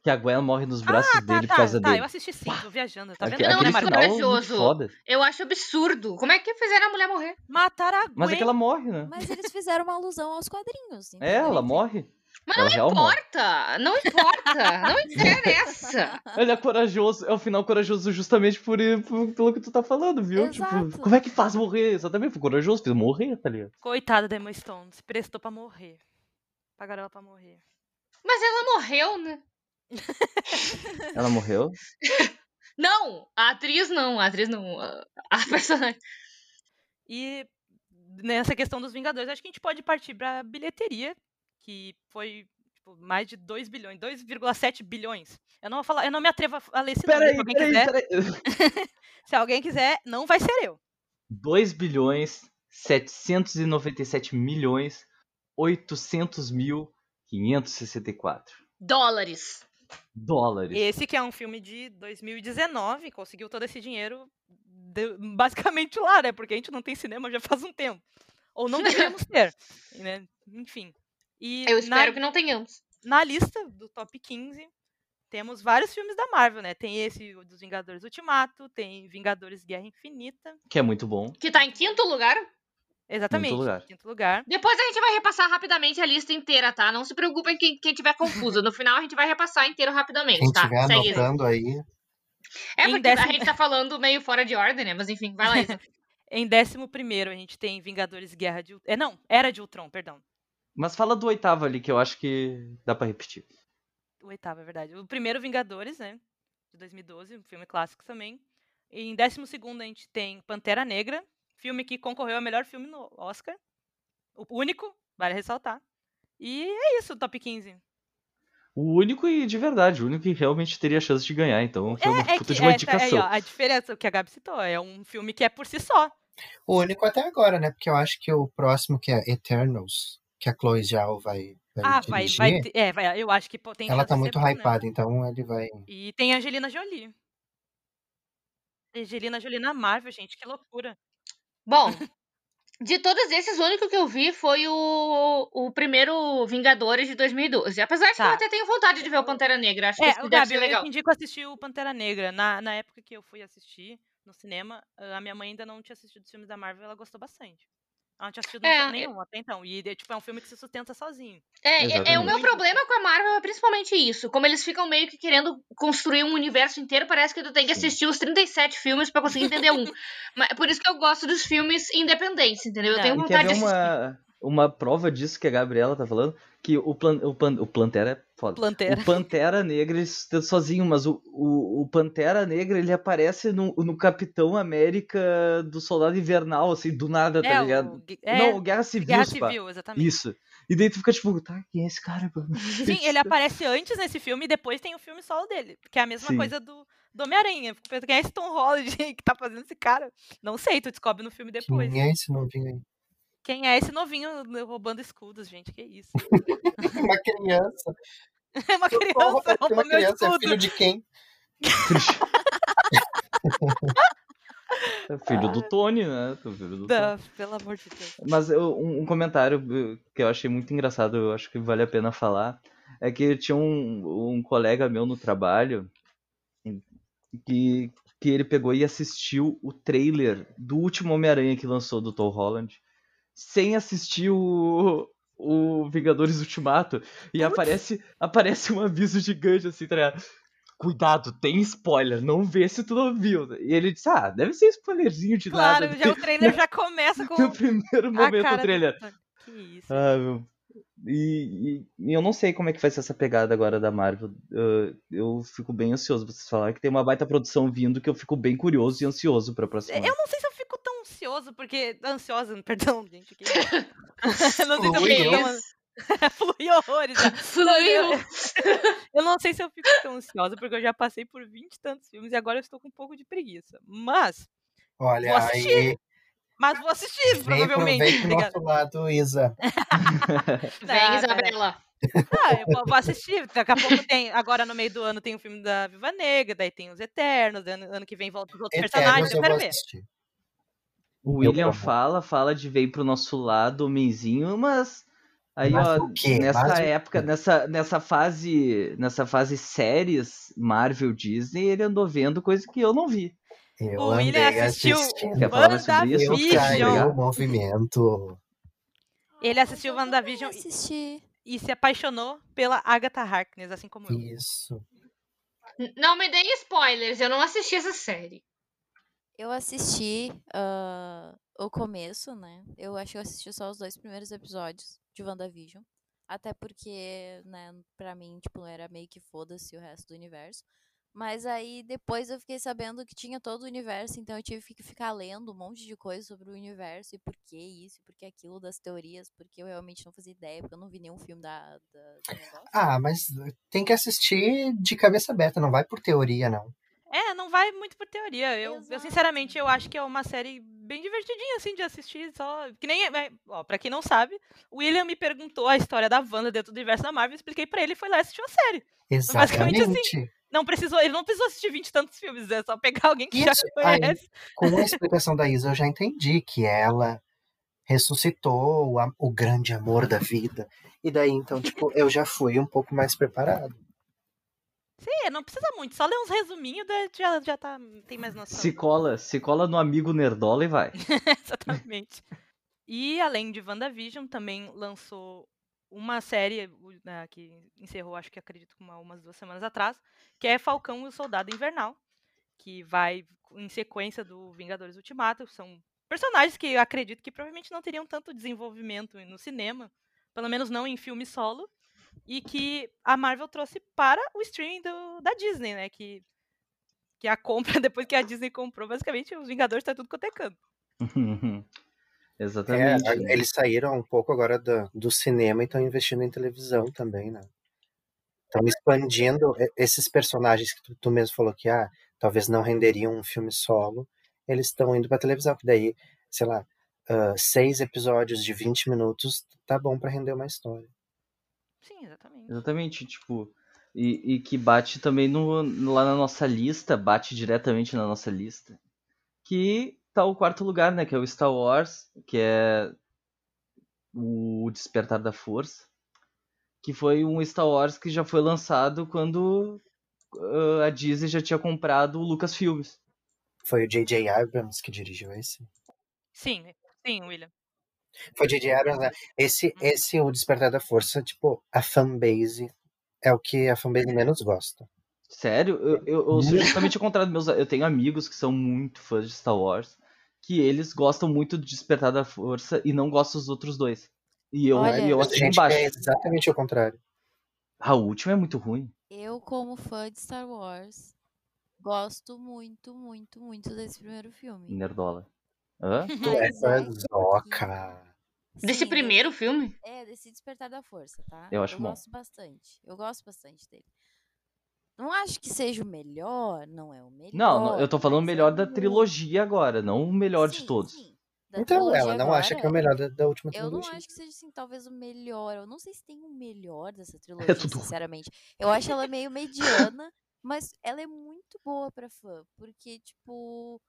[SPEAKER 4] Que a Gwen morre nos braços
[SPEAKER 3] Ah, tá,
[SPEAKER 4] dele
[SPEAKER 3] tá,
[SPEAKER 4] por causa
[SPEAKER 3] tá,
[SPEAKER 4] dele.
[SPEAKER 3] eu assisti sim, tô viajando. Tá
[SPEAKER 4] Aque-
[SPEAKER 3] vendo?
[SPEAKER 4] aquele
[SPEAKER 3] como é
[SPEAKER 2] Não,
[SPEAKER 4] final
[SPEAKER 3] maravilhoso?
[SPEAKER 4] é muito
[SPEAKER 2] corajoso.
[SPEAKER 4] foda.
[SPEAKER 2] Eu acho absurdo. Como é que fizeram a mulher morrer?
[SPEAKER 3] Mataram a Gwen.
[SPEAKER 4] Mas é que ela morre, né?
[SPEAKER 5] Mas eles fizeram uma alusão aos quadrinhos.
[SPEAKER 4] É,
[SPEAKER 5] entendeu?
[SPEAKER 4] ela morre.
[SPEAKER 2] Mas
[SPEAKER 4] ela real morre.
[SPEAKER 2] importa, não importa, não interessa.
[SPEAKER 4] Ele é corajoso, é o final corajoso justamente por, por- pelo que tu tá falando, viu?
[SPEAKER 5] Exato.
[SPEAKER 4] Tipo, como é que faz morrer? Exatamente, foi corajoso, fez morrer, tá ligado?
[SPEAKER 3] Coitada da Emma Stone, se prestou pra morrer. Pagaram ela pra morrer.
[SPEAKER 2] Mas ela morreu, né?
[SPEAKER 4] Ela morreu.
[SPEAKER 2] Não, a atriz não, a atriz não, a a personagem.
[SPEAKER 3] E nessa questão dos Vingadores, acho que a gente pode partir pra bilheteria, que foi tipo, mais de 2 bilhões, 2,7 bilhões. Eu não vou falar, eu não me atrevo a f- a ler esse número, se
[SPEAKER 4] Peraí,
[SPEAKER 3] alguém
[SPEAKER 4] peraí,
[SPEAKER 3] quiser.
[SPEAKER 4] peraí.
[SPEAKER 3] Se alguém quiser, não vai ser eu.
[SPEAKER 4] 2 bilhões 797 milhões 800 mil 564
[SPEAKER 2] Dólares.
[SPEAKER 4] dólares.
[SPEAKER 3] Esse que é um filme de 2019, conseguiu todo esse dinheiro de- basicamente lá, né? Porque a gente não tem cinema já faz um tempo. Ou não deveríamos ter, né? Enfim. E
[SPEAKER 2] Eu
[SPEAKER 3] na,
[SPEAKER 2] espero que não tenhamos.
[SPEAKER 3] na lista do top 15, temos vários filmes da Marvel, né? Tem esse o dos Vingadores Ultimato, tem Vingadores Guerra Infinita.
[SPEAKER 4] Que é muito bom.
[SPEAKER 2] Que tá em quinto lugar.
[SPEAKER 3] Exatamente.
[SPEAKER 4] lugar.
[SPEAKER 3] Quinto lugar.
[SPEAKER 2] Depois a gente vai repassar rapidamente a lista inteira, tá? Não se preocupem quem, quem tiver confuso. No final a gente vai repassar inteiro rapidamente,
[SPEAKER 6] Quem
[SPEAKER 2] tá?
[SPEAKER 6] estiver
[SPEAKER 2] Segue. Isa.
[SPEAKER 6] anotando aí,
[SPEAKER 2] É
[SPEAKER 3] Em
[SPEAKER 2] porque a
[SPEAKER 3] décimo-
[SPEAKER 2] gente tá falando meio fora de ordem, né? Mas enfim, vai lá, Isa.
[SPEAKER 3] Em décimo primeiro, a gente tem Vingadores Guerra de... Ult- É, não. Era de Ultron, perdão.
[SPEAKER 4] Mas fala do oitavo ali, que eu acho que dá pra repetir.
[SPEAKER 3] O oitavo, é verdade. O primeiro Vingadores, né? De 2012, um filme clássico também. E em décimo segundo a gente tem Pantera Negra, filme que concorreu ao melhor filme no Oscar. O único, vale ressaltar. E é isso, o top 15.
[SPEAKER 4] O único e de verdade, o único que realmente teria chance de ganhar, então foi uma
[SPEAKER 3] É, é
[SPEAKER 4] puta
[SPEAKER 3] que
[SPEAKER 4] de uma
[SPEAKER 3] é, tá- aí,
[SPEAKER 4] indicação.
[SPEAKER 3] ó, a diferença que a Gabi citou é um filme que é por si só.
[SPEAKER 6] o único até agora, né? Porque eu acho que o próximo, que é Eternals, que a Chloe Zhao vai, vai
[SPEAKER 3] Ah, vai,
[SPEAKER 6] dirigir,
[SPEAKER 3] vai, ter- é, vai, eu acho que pô, tem
[SPEAKER 6] ela
[SPEAKER 3] chance
[SPEAKER 6] tá
[SPEAKER 3] de
[SPEAKER 6] muito
[SPEAKER 3] ser bom, né?
[SPEAKER 6] hypada, então ele vai...
[SPEAKER 3] E tem a Angelina Jolie. Angelina Jolie na Marvel, gente, que loucura.
[SPEAKER 2] Bom, de todos esses, o único que eu vi foi o, o primeiro Vingadores de 2012. Apesar de que
[SPEAKER 3] Tá.
[SPEAKER 2] eu até tenho vontade de ver o Pantera Negra, acho que
[SPEAKER 3] É,
[SPEAKER 2] isso
[SPEAKER 3] o
[SPEAKER 2] deve
[SPEAKER 3] Gabi,
[SPEAKER 2] ser
[SPEAKER 3] eu,
[SPEAKER 2] legal.
[SPEAKER 3] eu te indico assistir o Pantera Negra. Na, na época que eu fui assistir no cinema, ah, a minha mãe ainda não tinha assistido os filmes da Marvel, ela gostou bastante. Ela não tinha assistido
[SPEAKER 2] É,
[SPEAKER 3] nenhum até então. E é, tipo, é um filme que se sustenta sozinho.
[SPEAKER 2] É, é- é, o
[SPEAKER 4] Exatamente.
[SPEAKER 2] meu problema com a Marvel é principalmente isso. Como eles ficam meio que querendo construir um universo inteiro, parece que tu tem que
[SPEAKER 4] Sim.
[SPEAKER 2] assistir os 37 filmes pra conseguir entender um. Mas, por isso que eu gosto dos filmes independentes, entendeu? Eu
[SPEAKER 3] Não,
[SPEAKER 2] tenho
[SPEAKER 3] Tá, e
[SPEAKER 4] E quer
[SPEAKER 2] vontade
[SPEAKER 4] ver
[SPEAKER 2] de assistir.
[SPEAKER 4] uma, uma prova disso que a Gabriela tá falando, que o, plan, o, pan, o Plantera é foda.
[SPEAKER 3] Plantera.
[SPEAKER 4] O Pantera Negra ele se sustenta sozinho, mas o, o, o Pantera Negra ele aparece no, no Capitão América do Soldado Invernal, assim, do nada, tá
[SPEAKER 3] é,
[SPEAKER 4] ligado?
[SPEAKER 3] o, Gu- é,
[SPEAKER 4] Não, o Guerra Civil,
[SPEAKER 3] Guerra
[SPEAKER 4] se pá.
[SPEAKER 3] Civil, exatamente.
[SPEAKER 4] Isso. E daí tu fica tipo, tá, quem é esse cara, mano?
[SPEAKER 3] Sim, ele aparece antes nesse filme e depois tem o filme solo dele. Que é a mesma
[SPEAKER 4] Sim.
[SPEAKER 3] coisa do, do Homem-Aranha. Eu fico pensando, Quem é esse Tom Holland que tá fazendo esse cara? Não sei, tu descobre no filme depois.
[SPEAKER 6] Quem é esse novinho aí?
[SPEAKER 3] Quem é esse novinho roubando escudos, gente? Que isso?
[SPEAKER 6] Uma criança.
[SPEAKER 3] É uma criança, um
[SPEAKER 6] Uma
[SPEAKER 3] roubou meu
[SPEAKER 6] criança é
[SPEAKER 3] escudo.
[SPEAKER 6] filho de quem?
[SPEAKER 4] É filho
[SPEAKER 3] Ah.
[SPEAKER 4] do Tony, né? Tu é Filho do Tony.
[SPEAKER 3] Da- pelo amor de Deus.
[SPEAKER 4] Mas eu- um, um comentário eh, que eu achei muito engraçado, eu acho que vale a pena falar, é que tinha um, um colega meu no trabalho em- que, que ele pegou e assistiu o trailer do último Homem-Aranha que lançou do Tom Holland, sem assistir o, o Vingadores Ultimato, e aparece, aparece um aviso gigante assim, tá ligado? Cuidado, tem spoiler, não vê se tu não viu. E ele disse, ah, deve ser spoilerzinho de nada.
[SPEAKER 3] Claro, já o trailer já começa com
[SPEAKER 6] um
[SPEAKER 4] No primeiro
[SPEAKER 3] a
[SPEAKER 4] momento
[SPEAKER 3] cara
[SPEAKER 4] do trailer.
[SPEAKER 3] do Tony. Que isso.
[SPEAKER 4] Ah, meu. E, e- e eu não sei como é que vai ser essa pegada agora da Marvel. Ah, eu fico bem ansioso. Vocês falaram que tem uma baita produção vindo que eu fico bem curioso e ansioso pra próxima.
[SPEAKER 3] É, Eu não sei se eu fico tão ansioso, porque. Ansiosa, perdão, gente. que- não sei se eu
[SPEAKER 6] Flui,
[SPEAKER 3] fico
[SPEAKER 2] né?
[SPEAKER 3] tão. Flui horrores. né?
[SPEAKER 2] Fluiu.
[SPEAKER 3] Eu não sei se eu fico tão ansiosa, porque eu já passei por 20 e tantos filmes e agora eu estou com um pouco de preguiça. Mas.
[SPEAKER 6] Olha,
[SPEAKER 3] Vou
[SPEAKER 6] aí
[SPEAKER 3] assistir, Mas vou assistir,
[SPEAKER 6] vem pro,
[SPEAKER 3] provavelmente.
[SPEAKER 6] vem pro
[SPEAKER 3] tá ligado?
[SPEAKER 6] nosso lado, Isa.
[SPEAKER 2] Vem,
[SPEAKER 3] Não,
[SPEAKER 2] Isabela.
[SPEAKER 3] Ah, eu vou- vou assistir. Daqui a pouco tem. Agora no meio do ano tem o filme da Viva Negra, daí tem os Eternos, ano, ano que vem volta os outros
[SPEAKER 6] Eternos
[SPEAKER 3] personagens, eu
[SPEAKER 6] eu vou
[SPEAKER 3] quero ver.
[SPEAKER 6] assistir.
[SPEAKER 4] O
[SPEAKER 6] Eu
[SPEAKER 4] William
[SPEAKER 6] amo.
[SPEAKER 4] fala, fala de vem pro nosso lado, homenzinho, mas. Aí,
[SPEAKER 6] Mas
[SPEAKER 4] ó,
[SPEAKER 6] o quê?
[SPEAKER 4] nessa
[SPEAKER 6] Mas o quê?
[SPEAKER 4] época, nessa, nessa fase. Nessa fase séries Marvel Disney, ele andou vendo coisa que eu não vi.
[SPEAKER 6] Eu
[SPEAKER 3] O William
[SPEAKER 6] andei
[SPEAKER 3] assistiu
[SPEAKER 6] assistindo.
[SPEAKER 4] Quer falar mais sobre isso?
[SPEAKER 6] Eu
[SPEAKER 3] WandaVision.
[SPEAKER 6] traí o movimento.
[SPEAKER 3] Ele assistiu
[SPEAKER 5] Mas eu também
[SPEAKER 3] WandaVision e,
[SPEAKER 5] assisti.
[SPEAKER 3] e se apaixonou pela Agatha Harkness, assim como eu.
[SPEAKER 6] Isso.
[SPEAKER 2] N- Não me deem spoilers, eu não assisti essa série.
[SPEAKER 5] Eu assisti ah, o começo, né? Eu acho que eu assisti só os dois primeiros episódios de WandaVision. Até porque, né, pra mim, tipo, era meio que foda-se o resto do universo. Mas aí depois eu fiquei sabendo que tinha todo o universo, então eu tive que ficar lendo um monte de coisa sobre o universo e por que isso, e por que aquilo das teorias, porque eu realmente não fazia ideia, porque eu não vi nenhum filme da, da- do negócio.
[SPEAKER 6] Ah, mas tem que assistir de cabeça aberta, não vai por teoria, não. é
[SPEAKER 3] É, não vai muito por teoria. Eu, eu,
[SPEAKER 5] Exato.
[SPEAKER 3] sinceramente, eu acho que é uma série bem divertidinha, assim, de assistir. Só. Que nem. é- Ó, pra quem não sabe, o William me perguntou a história da Wanda dentro do universo da Marvel, eu expliquei pra ele e foi lá e assistiu a série. Basicamente
[SPEAKER 6] Exatamente.
[SPEAKER 3] assim. Não precisou, ele não precisou assistir 20 e tantos filmes, é só pegar alguém que
[SPEAKER 6] Isso,
[SPEAKER 3] já
[SPEAKER 6] aí.
[SPEAKER 3] conhece.
[SPEAKER 6] Com a explicação da Isa, eu já entendi que ela ressuscitou o, am- o grande amor da vida. E daí, então, tipo, eu já fui um pouco mais preparado.
[SPEAKER 3] Sim, não precisa muito, só ler uns resuminhos, daí já, já tá, tem mais noção.
[SPEAKER 4] Se cola, se cola no amigo Nerdola e vai.
[SPEAKER 3] Exatamente. E além de WandaVision, também lançou uma série o- né, que encerrou, acho que acredito, uma, umas duas semanas atrás, que é Falcão e o Soldado Invernal, que vai em sequência do Vingadores Ultimato. São personagens que eu acredito que provavelmente não teriam tanto desenvolvimento no cinema, pelo menos não em filme solo, e que a Marvel trouxe para o streaming do- da Disney, né? Que, que a compra, depois que a Disney comprou, basicamente os Vingadores tá tudo quanto é canto.
[SPEAKER 6] É,
[SPEAKER 4] Exatamente.
[SPEAKER 6] a- eles saíram um pouco agora do, do cinema e estão investindo em televisão também, né? Estão expandindo e- esses personagens que tu, tu mesmo falou que ah, talvez não renderiam um filme solo, eles estão indo pra televisão, que daí, sei lá, ah, seis episódios de 20 minutos tá bom pra render uma história.
[SPEAKER 3] Sim, exatamente.
[SPEAKER 4] Exatamente, tipo. E, e que bate também no, no- lá na nossa lista, bate diretamente na nossa lista. Que tá o quarto lugar, né? Que é o Star Wars, que é o Despertar da Força. Que foi um Star Wars que já foi lançado quando ah, a Disney já tinha comprado o Lucas Filmes.
[SPEAKER 6] Foi o J.J. Abrams que dirigiu esse?
[SPEAKER 3] Sim, né, sim, William.
[SPEAKER 6] Foi J.J. Abrams, né? Esse, esse O Despertar da Força, tipo, a fanbase é o que a fanbase menos gosta.
[SPEAKER 4] Sério, eu, eu, eu sou justamente o contrário. Meus, eu tenho amigos que são muito fãs de Star Wars, que eles gostam muito do Despertar da Força e não gostam dos outros dois. E eu,
[SPEAKER 5] Olha-
[SPEAKER 4] e eu assino
[SPEAKER 6] Gente, é
[SPEAKER 4] embaixo.
[SPEAKER 6] exatamente o contrário.
[SPEAKER 4] A última é muito ruim.
[SPEAKER 5] Eu, como fã de Star Wars, gosto muito, muito, muito desse primeiro filme.
[SPEAKER 4] Nerdola. Hã?
[SPEAKER 6] Tu é
[SPEAKER 5] Mas é que-
[SPEAKER 6] zoca.
[SPEAKER 2] Desse
[SPEAKER 5] Sim,
[SPEAKER 2] primeiro filme?
[SPEAKER 5] É, desse Despertar da Força, tá?
[SPEAKER 4] Eu acho bom.
[SPEAKER 5] gosto bastante. Eu gosto bastante dele. Não acho que seja o melhor, não é o melhor.
[SPEAKER 4] Não, não, eu tô falando o
[SPEAKER 5] mas é
[SPEAKER 4] melhor da
[SPEAKER 5] muito-
[SPEAKER 4] trilogia agora, não o melhor de
[SPEAKER 5] Sim,
[SPEAKER 4] todos.
[SPEAKER 5] sim, da
[SPEAKER 6] Então,
[SPEAKER 5] trilogia
[SPEAKER 6] ela não acha que é o
[SPEAKER 5] agora,
[SPEAKER 6] melhor da, da última
[SPEAKER 5] Eu não
[SPEAKER 6] trilogia.
[SPEAKER 5] acho que seja, assim, talvez o melhor. Eu não sei se tem o melhor
[SPEAKER 6] É
[SPEAKER 5] dessa trilogia,
[SPEAKER 4] tudo ruim.
[SPEAKER 5] sinceramente. Eu acho ela meio mediana, mas ela é muito boa pra fã. Porque, tipo,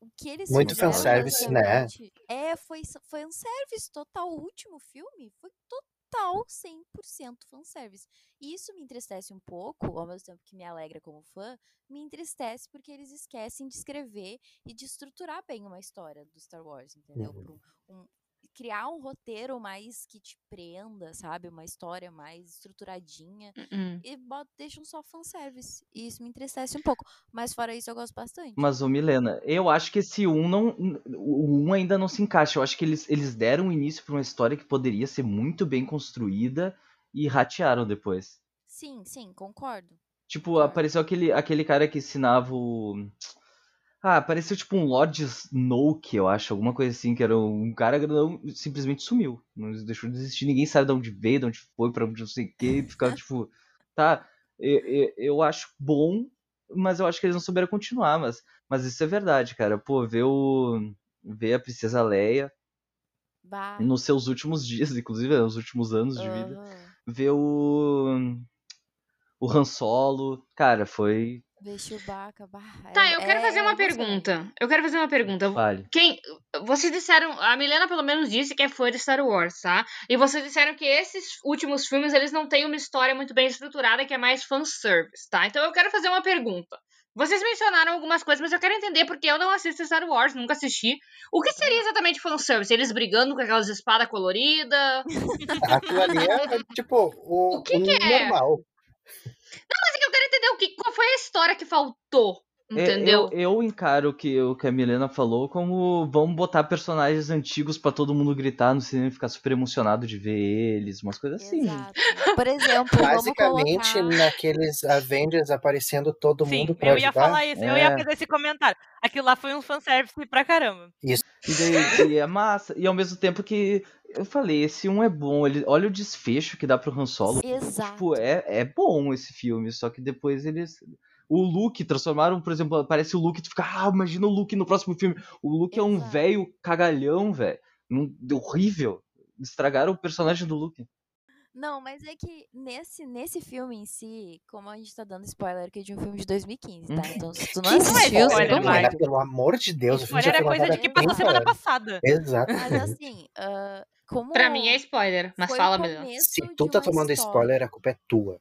[SPEAKER 5] o que eles
[SPEAKER 6] Muito
[SPEAKER 5] fizeram
[SPEAKER 6] fanservice, né?
[SPEAKER 5] basicamente É, foi s- fanservice total. O último filme foi total 100% fanservice. E isso me entristece um pouco, ao mesmo tempo que me alegra como fã, me entristece porque eles esquecem de escrever e de estruturar bem uma história do Star Wars, entendeu?
[SPEAKER 6] Uhum.
[SPEAKER 5] Pra um- um- criar um roteiro mais que te prenda, sabe? Uma história mais estruturadinha.
[SPEAKER 2] Hum.
[SPEAKER 5] E bota- deixam só fanservice. E isso me entristece um pouco. Mas fora isso, eu gosto bastante.
[SPEAKER 4] Mas, ô Milena, eu acho que esse 1 não. O 1 ainda não se encaixa. Eu acho que eles, eles deram um início pra uma história que poderia ser muito bem construída e ratearam depois.
[SPEAKER 5] Sim, sim, concordo.
[SPEAKER 4] Tipo,
[SPEAKER 5] Concordo.
[SPEAKER 4] apareceu aquele, aquele cara que ensinava o. Ah, apareceu tipo um Lord Snoke, eu acho, alguma coisa assim, que era um cara que não- simplesmente sumiu. Não deixou de existir, ninguém sabe de onde veio, de onde foi, pra onde não sei o que, ficaram tipo. Tá, eu, eu, eu acho bom, mas eu acho que eles não souberam continuar, mas, mas isso é verdade, cara. Pô, ver o. ver a Princesa Leia
[SPEAKER 5] Bah.
[SPEAKER 4] nos seus últimos dias, inclusive, né, nos últimos anos de vida
[SPEAKER 5] aham.
[SPEAKER 4] ver o. O Han Solo. Cara, foi.
[SPEAKER 5] Ver Chewbacca, bah.
[SPEAKER 2] Tá,
[SPEAKER 5] é-
[SPEAKER 2] eu quero
[SPEAKER 5] é-
[SPEAKER 2] fazer
[SPEAKER 5] é
[SPEAKER 2] uma
[SPEAKER 5] emocionante.
[SPEAKER 2] pergunta. Eu quero fazer uma pergunta.
[SPEAKER 4] Vale.
[SPEAKER 2] Quem. Vocês disseram. A Milena, pelo menos, disse que é fã de Star Wars, tá? E vocês disseram que esses últimos filmes, eles não têm uma história muito bem estruturada, que é mais fanservice, tá? Então eu quero fazer uma pergunta. Vocês mencionaram algumas coisas, mas eu quero entender porque eu não assisto Star Wars, nunca assisti. O que
[SPEAKER 5] Uhum.
[SPEAKER 2] seria exatamente fanservice? Eles brigando com aquelas espadas coloridas?
[SPEAKER 5] Hum.
[SPEAKER 6] Aquilo ali é, é, tipo o,
[SPEAKER 2] O que
[SPEAKER 6] o
[SPEAKER 2] que é?
[SPEAKER 6] normal.
[SPEAKER 2] Mas é que eu quero entender o que, qual foi a história que faltou,
[SPEAKER 4] É,
[SPEAKER 2] entendeu?
[SPEAKER 4] Eu, eu encaro o que, o que a Milena falou como vamos botar personagens antigos pra todo mundo gritar no cinema e ficar super emocionado de ver eles, umas coisas assim.
[SPEAKER 5] Exato. Por exemplo, Então, vamos
[SPEAKER 6] Basicamente,
[SPEAKER 5] colocar...
[SPEAKER 6] naqueles Avengers aparecendo todo mundo
[SPEAKER 3] Sim,
[SPEAKER 6] pra
[SPEAKER 3] eu ia
[SPEAKER 6] ajudar.
[SPEAKER 3] falar isso, eu
[SPEAKER 4] É.
[SPEAKER 3] ia fazer esse comentário. Aquilo lá foi um fanservice pra caramba.
[SPEAKER 4] E, daí, e é massa. E ao mesmo tempo que eu falei, esse um é bom. Ele, olha o desfecho que dá pro Han Solo.
[SPEAKER 5] Exato.
[SPEAKER 4] Tipo, é, é bom esse filme, só que depois eles. O Luke transformaram, por exemplo, aparece o Luke e tu fica, ah, imagina o Luke no próximo filme. O Luke é um
[SPEAKER 5] Exato.
[SPEAKER 4] velho cagalhão, velho. Não- Horrível. Estragaram o personagem do Luke.
[SPEAKER 5] Não, mas é que nesse, nesse filme em si, como a gente tá dando spoiler aqui de um filme de 2015, tá?
[SPEAKER 4] Hum.
[SPEAKER 5] Então, se tu não
[SPEAKER 3] Que
[SPEAKER 2] é
[SPEAKER 5] assistiu,
[SPEAKER 3] spoiler,
[SPEAKER 2] né,
[SPEAKER 5] tu
[SPEAKER 3] vai.
[SPEAKER 5] não vai.
[SPEAKER 6] Menina, pelo amor de Deus, a gente
[SPEAKER 3] Olha,
[SPEAKER 6] já
[SPEAKER 3] era
[SPEAKER 6] falou
[SPEAKER 3] coisa
[SPEAKER 6] agora
[SPEAKER 3] de que passou
[SPEAKER 6] 30
[SPEAKER 3] semana
[SPEAKER 6] anos.
[SPEAKER 3] passada.
[SPEAKER 6] Exato.
[SPEAKER 5] Mas assim, ah, como.
[SPEAKER 2] Pra mim é spoiler, mas
[SPEAKER 5] foi
[SPEAKER 2] fala,
[SPEAKER 5] o
[SPEAKER 2] Milena.
[SPEAKER 5] começo
[SPEAKER 6] Se
[SPEAKER 5] de
[SPEAKER 6] tu tá
[SPEAKER 5] uma
[SPEAKER 6] tomando
[SPEAKER 5] história-
[SPEAKER 6] spoiler, a culpa é tua.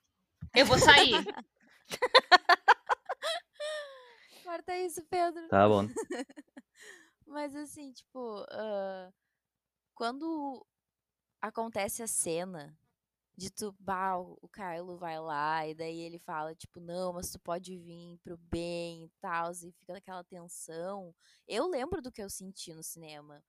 [SPEAKER 2] Eu vou sair.
[SPEAKER 5] Corta isso, Pedro.
[SPEAKER 4] Tá bom.
[SPEAKER 5] Mas assim, tipo, ah, quando acontece a cena de tu, bah, o o Kylo vai lá e daí ele fala, tipo, não, mas tu pode vir pro bem e tal, e fica aquela tensão. Eu lembro do que eu senti no cinema.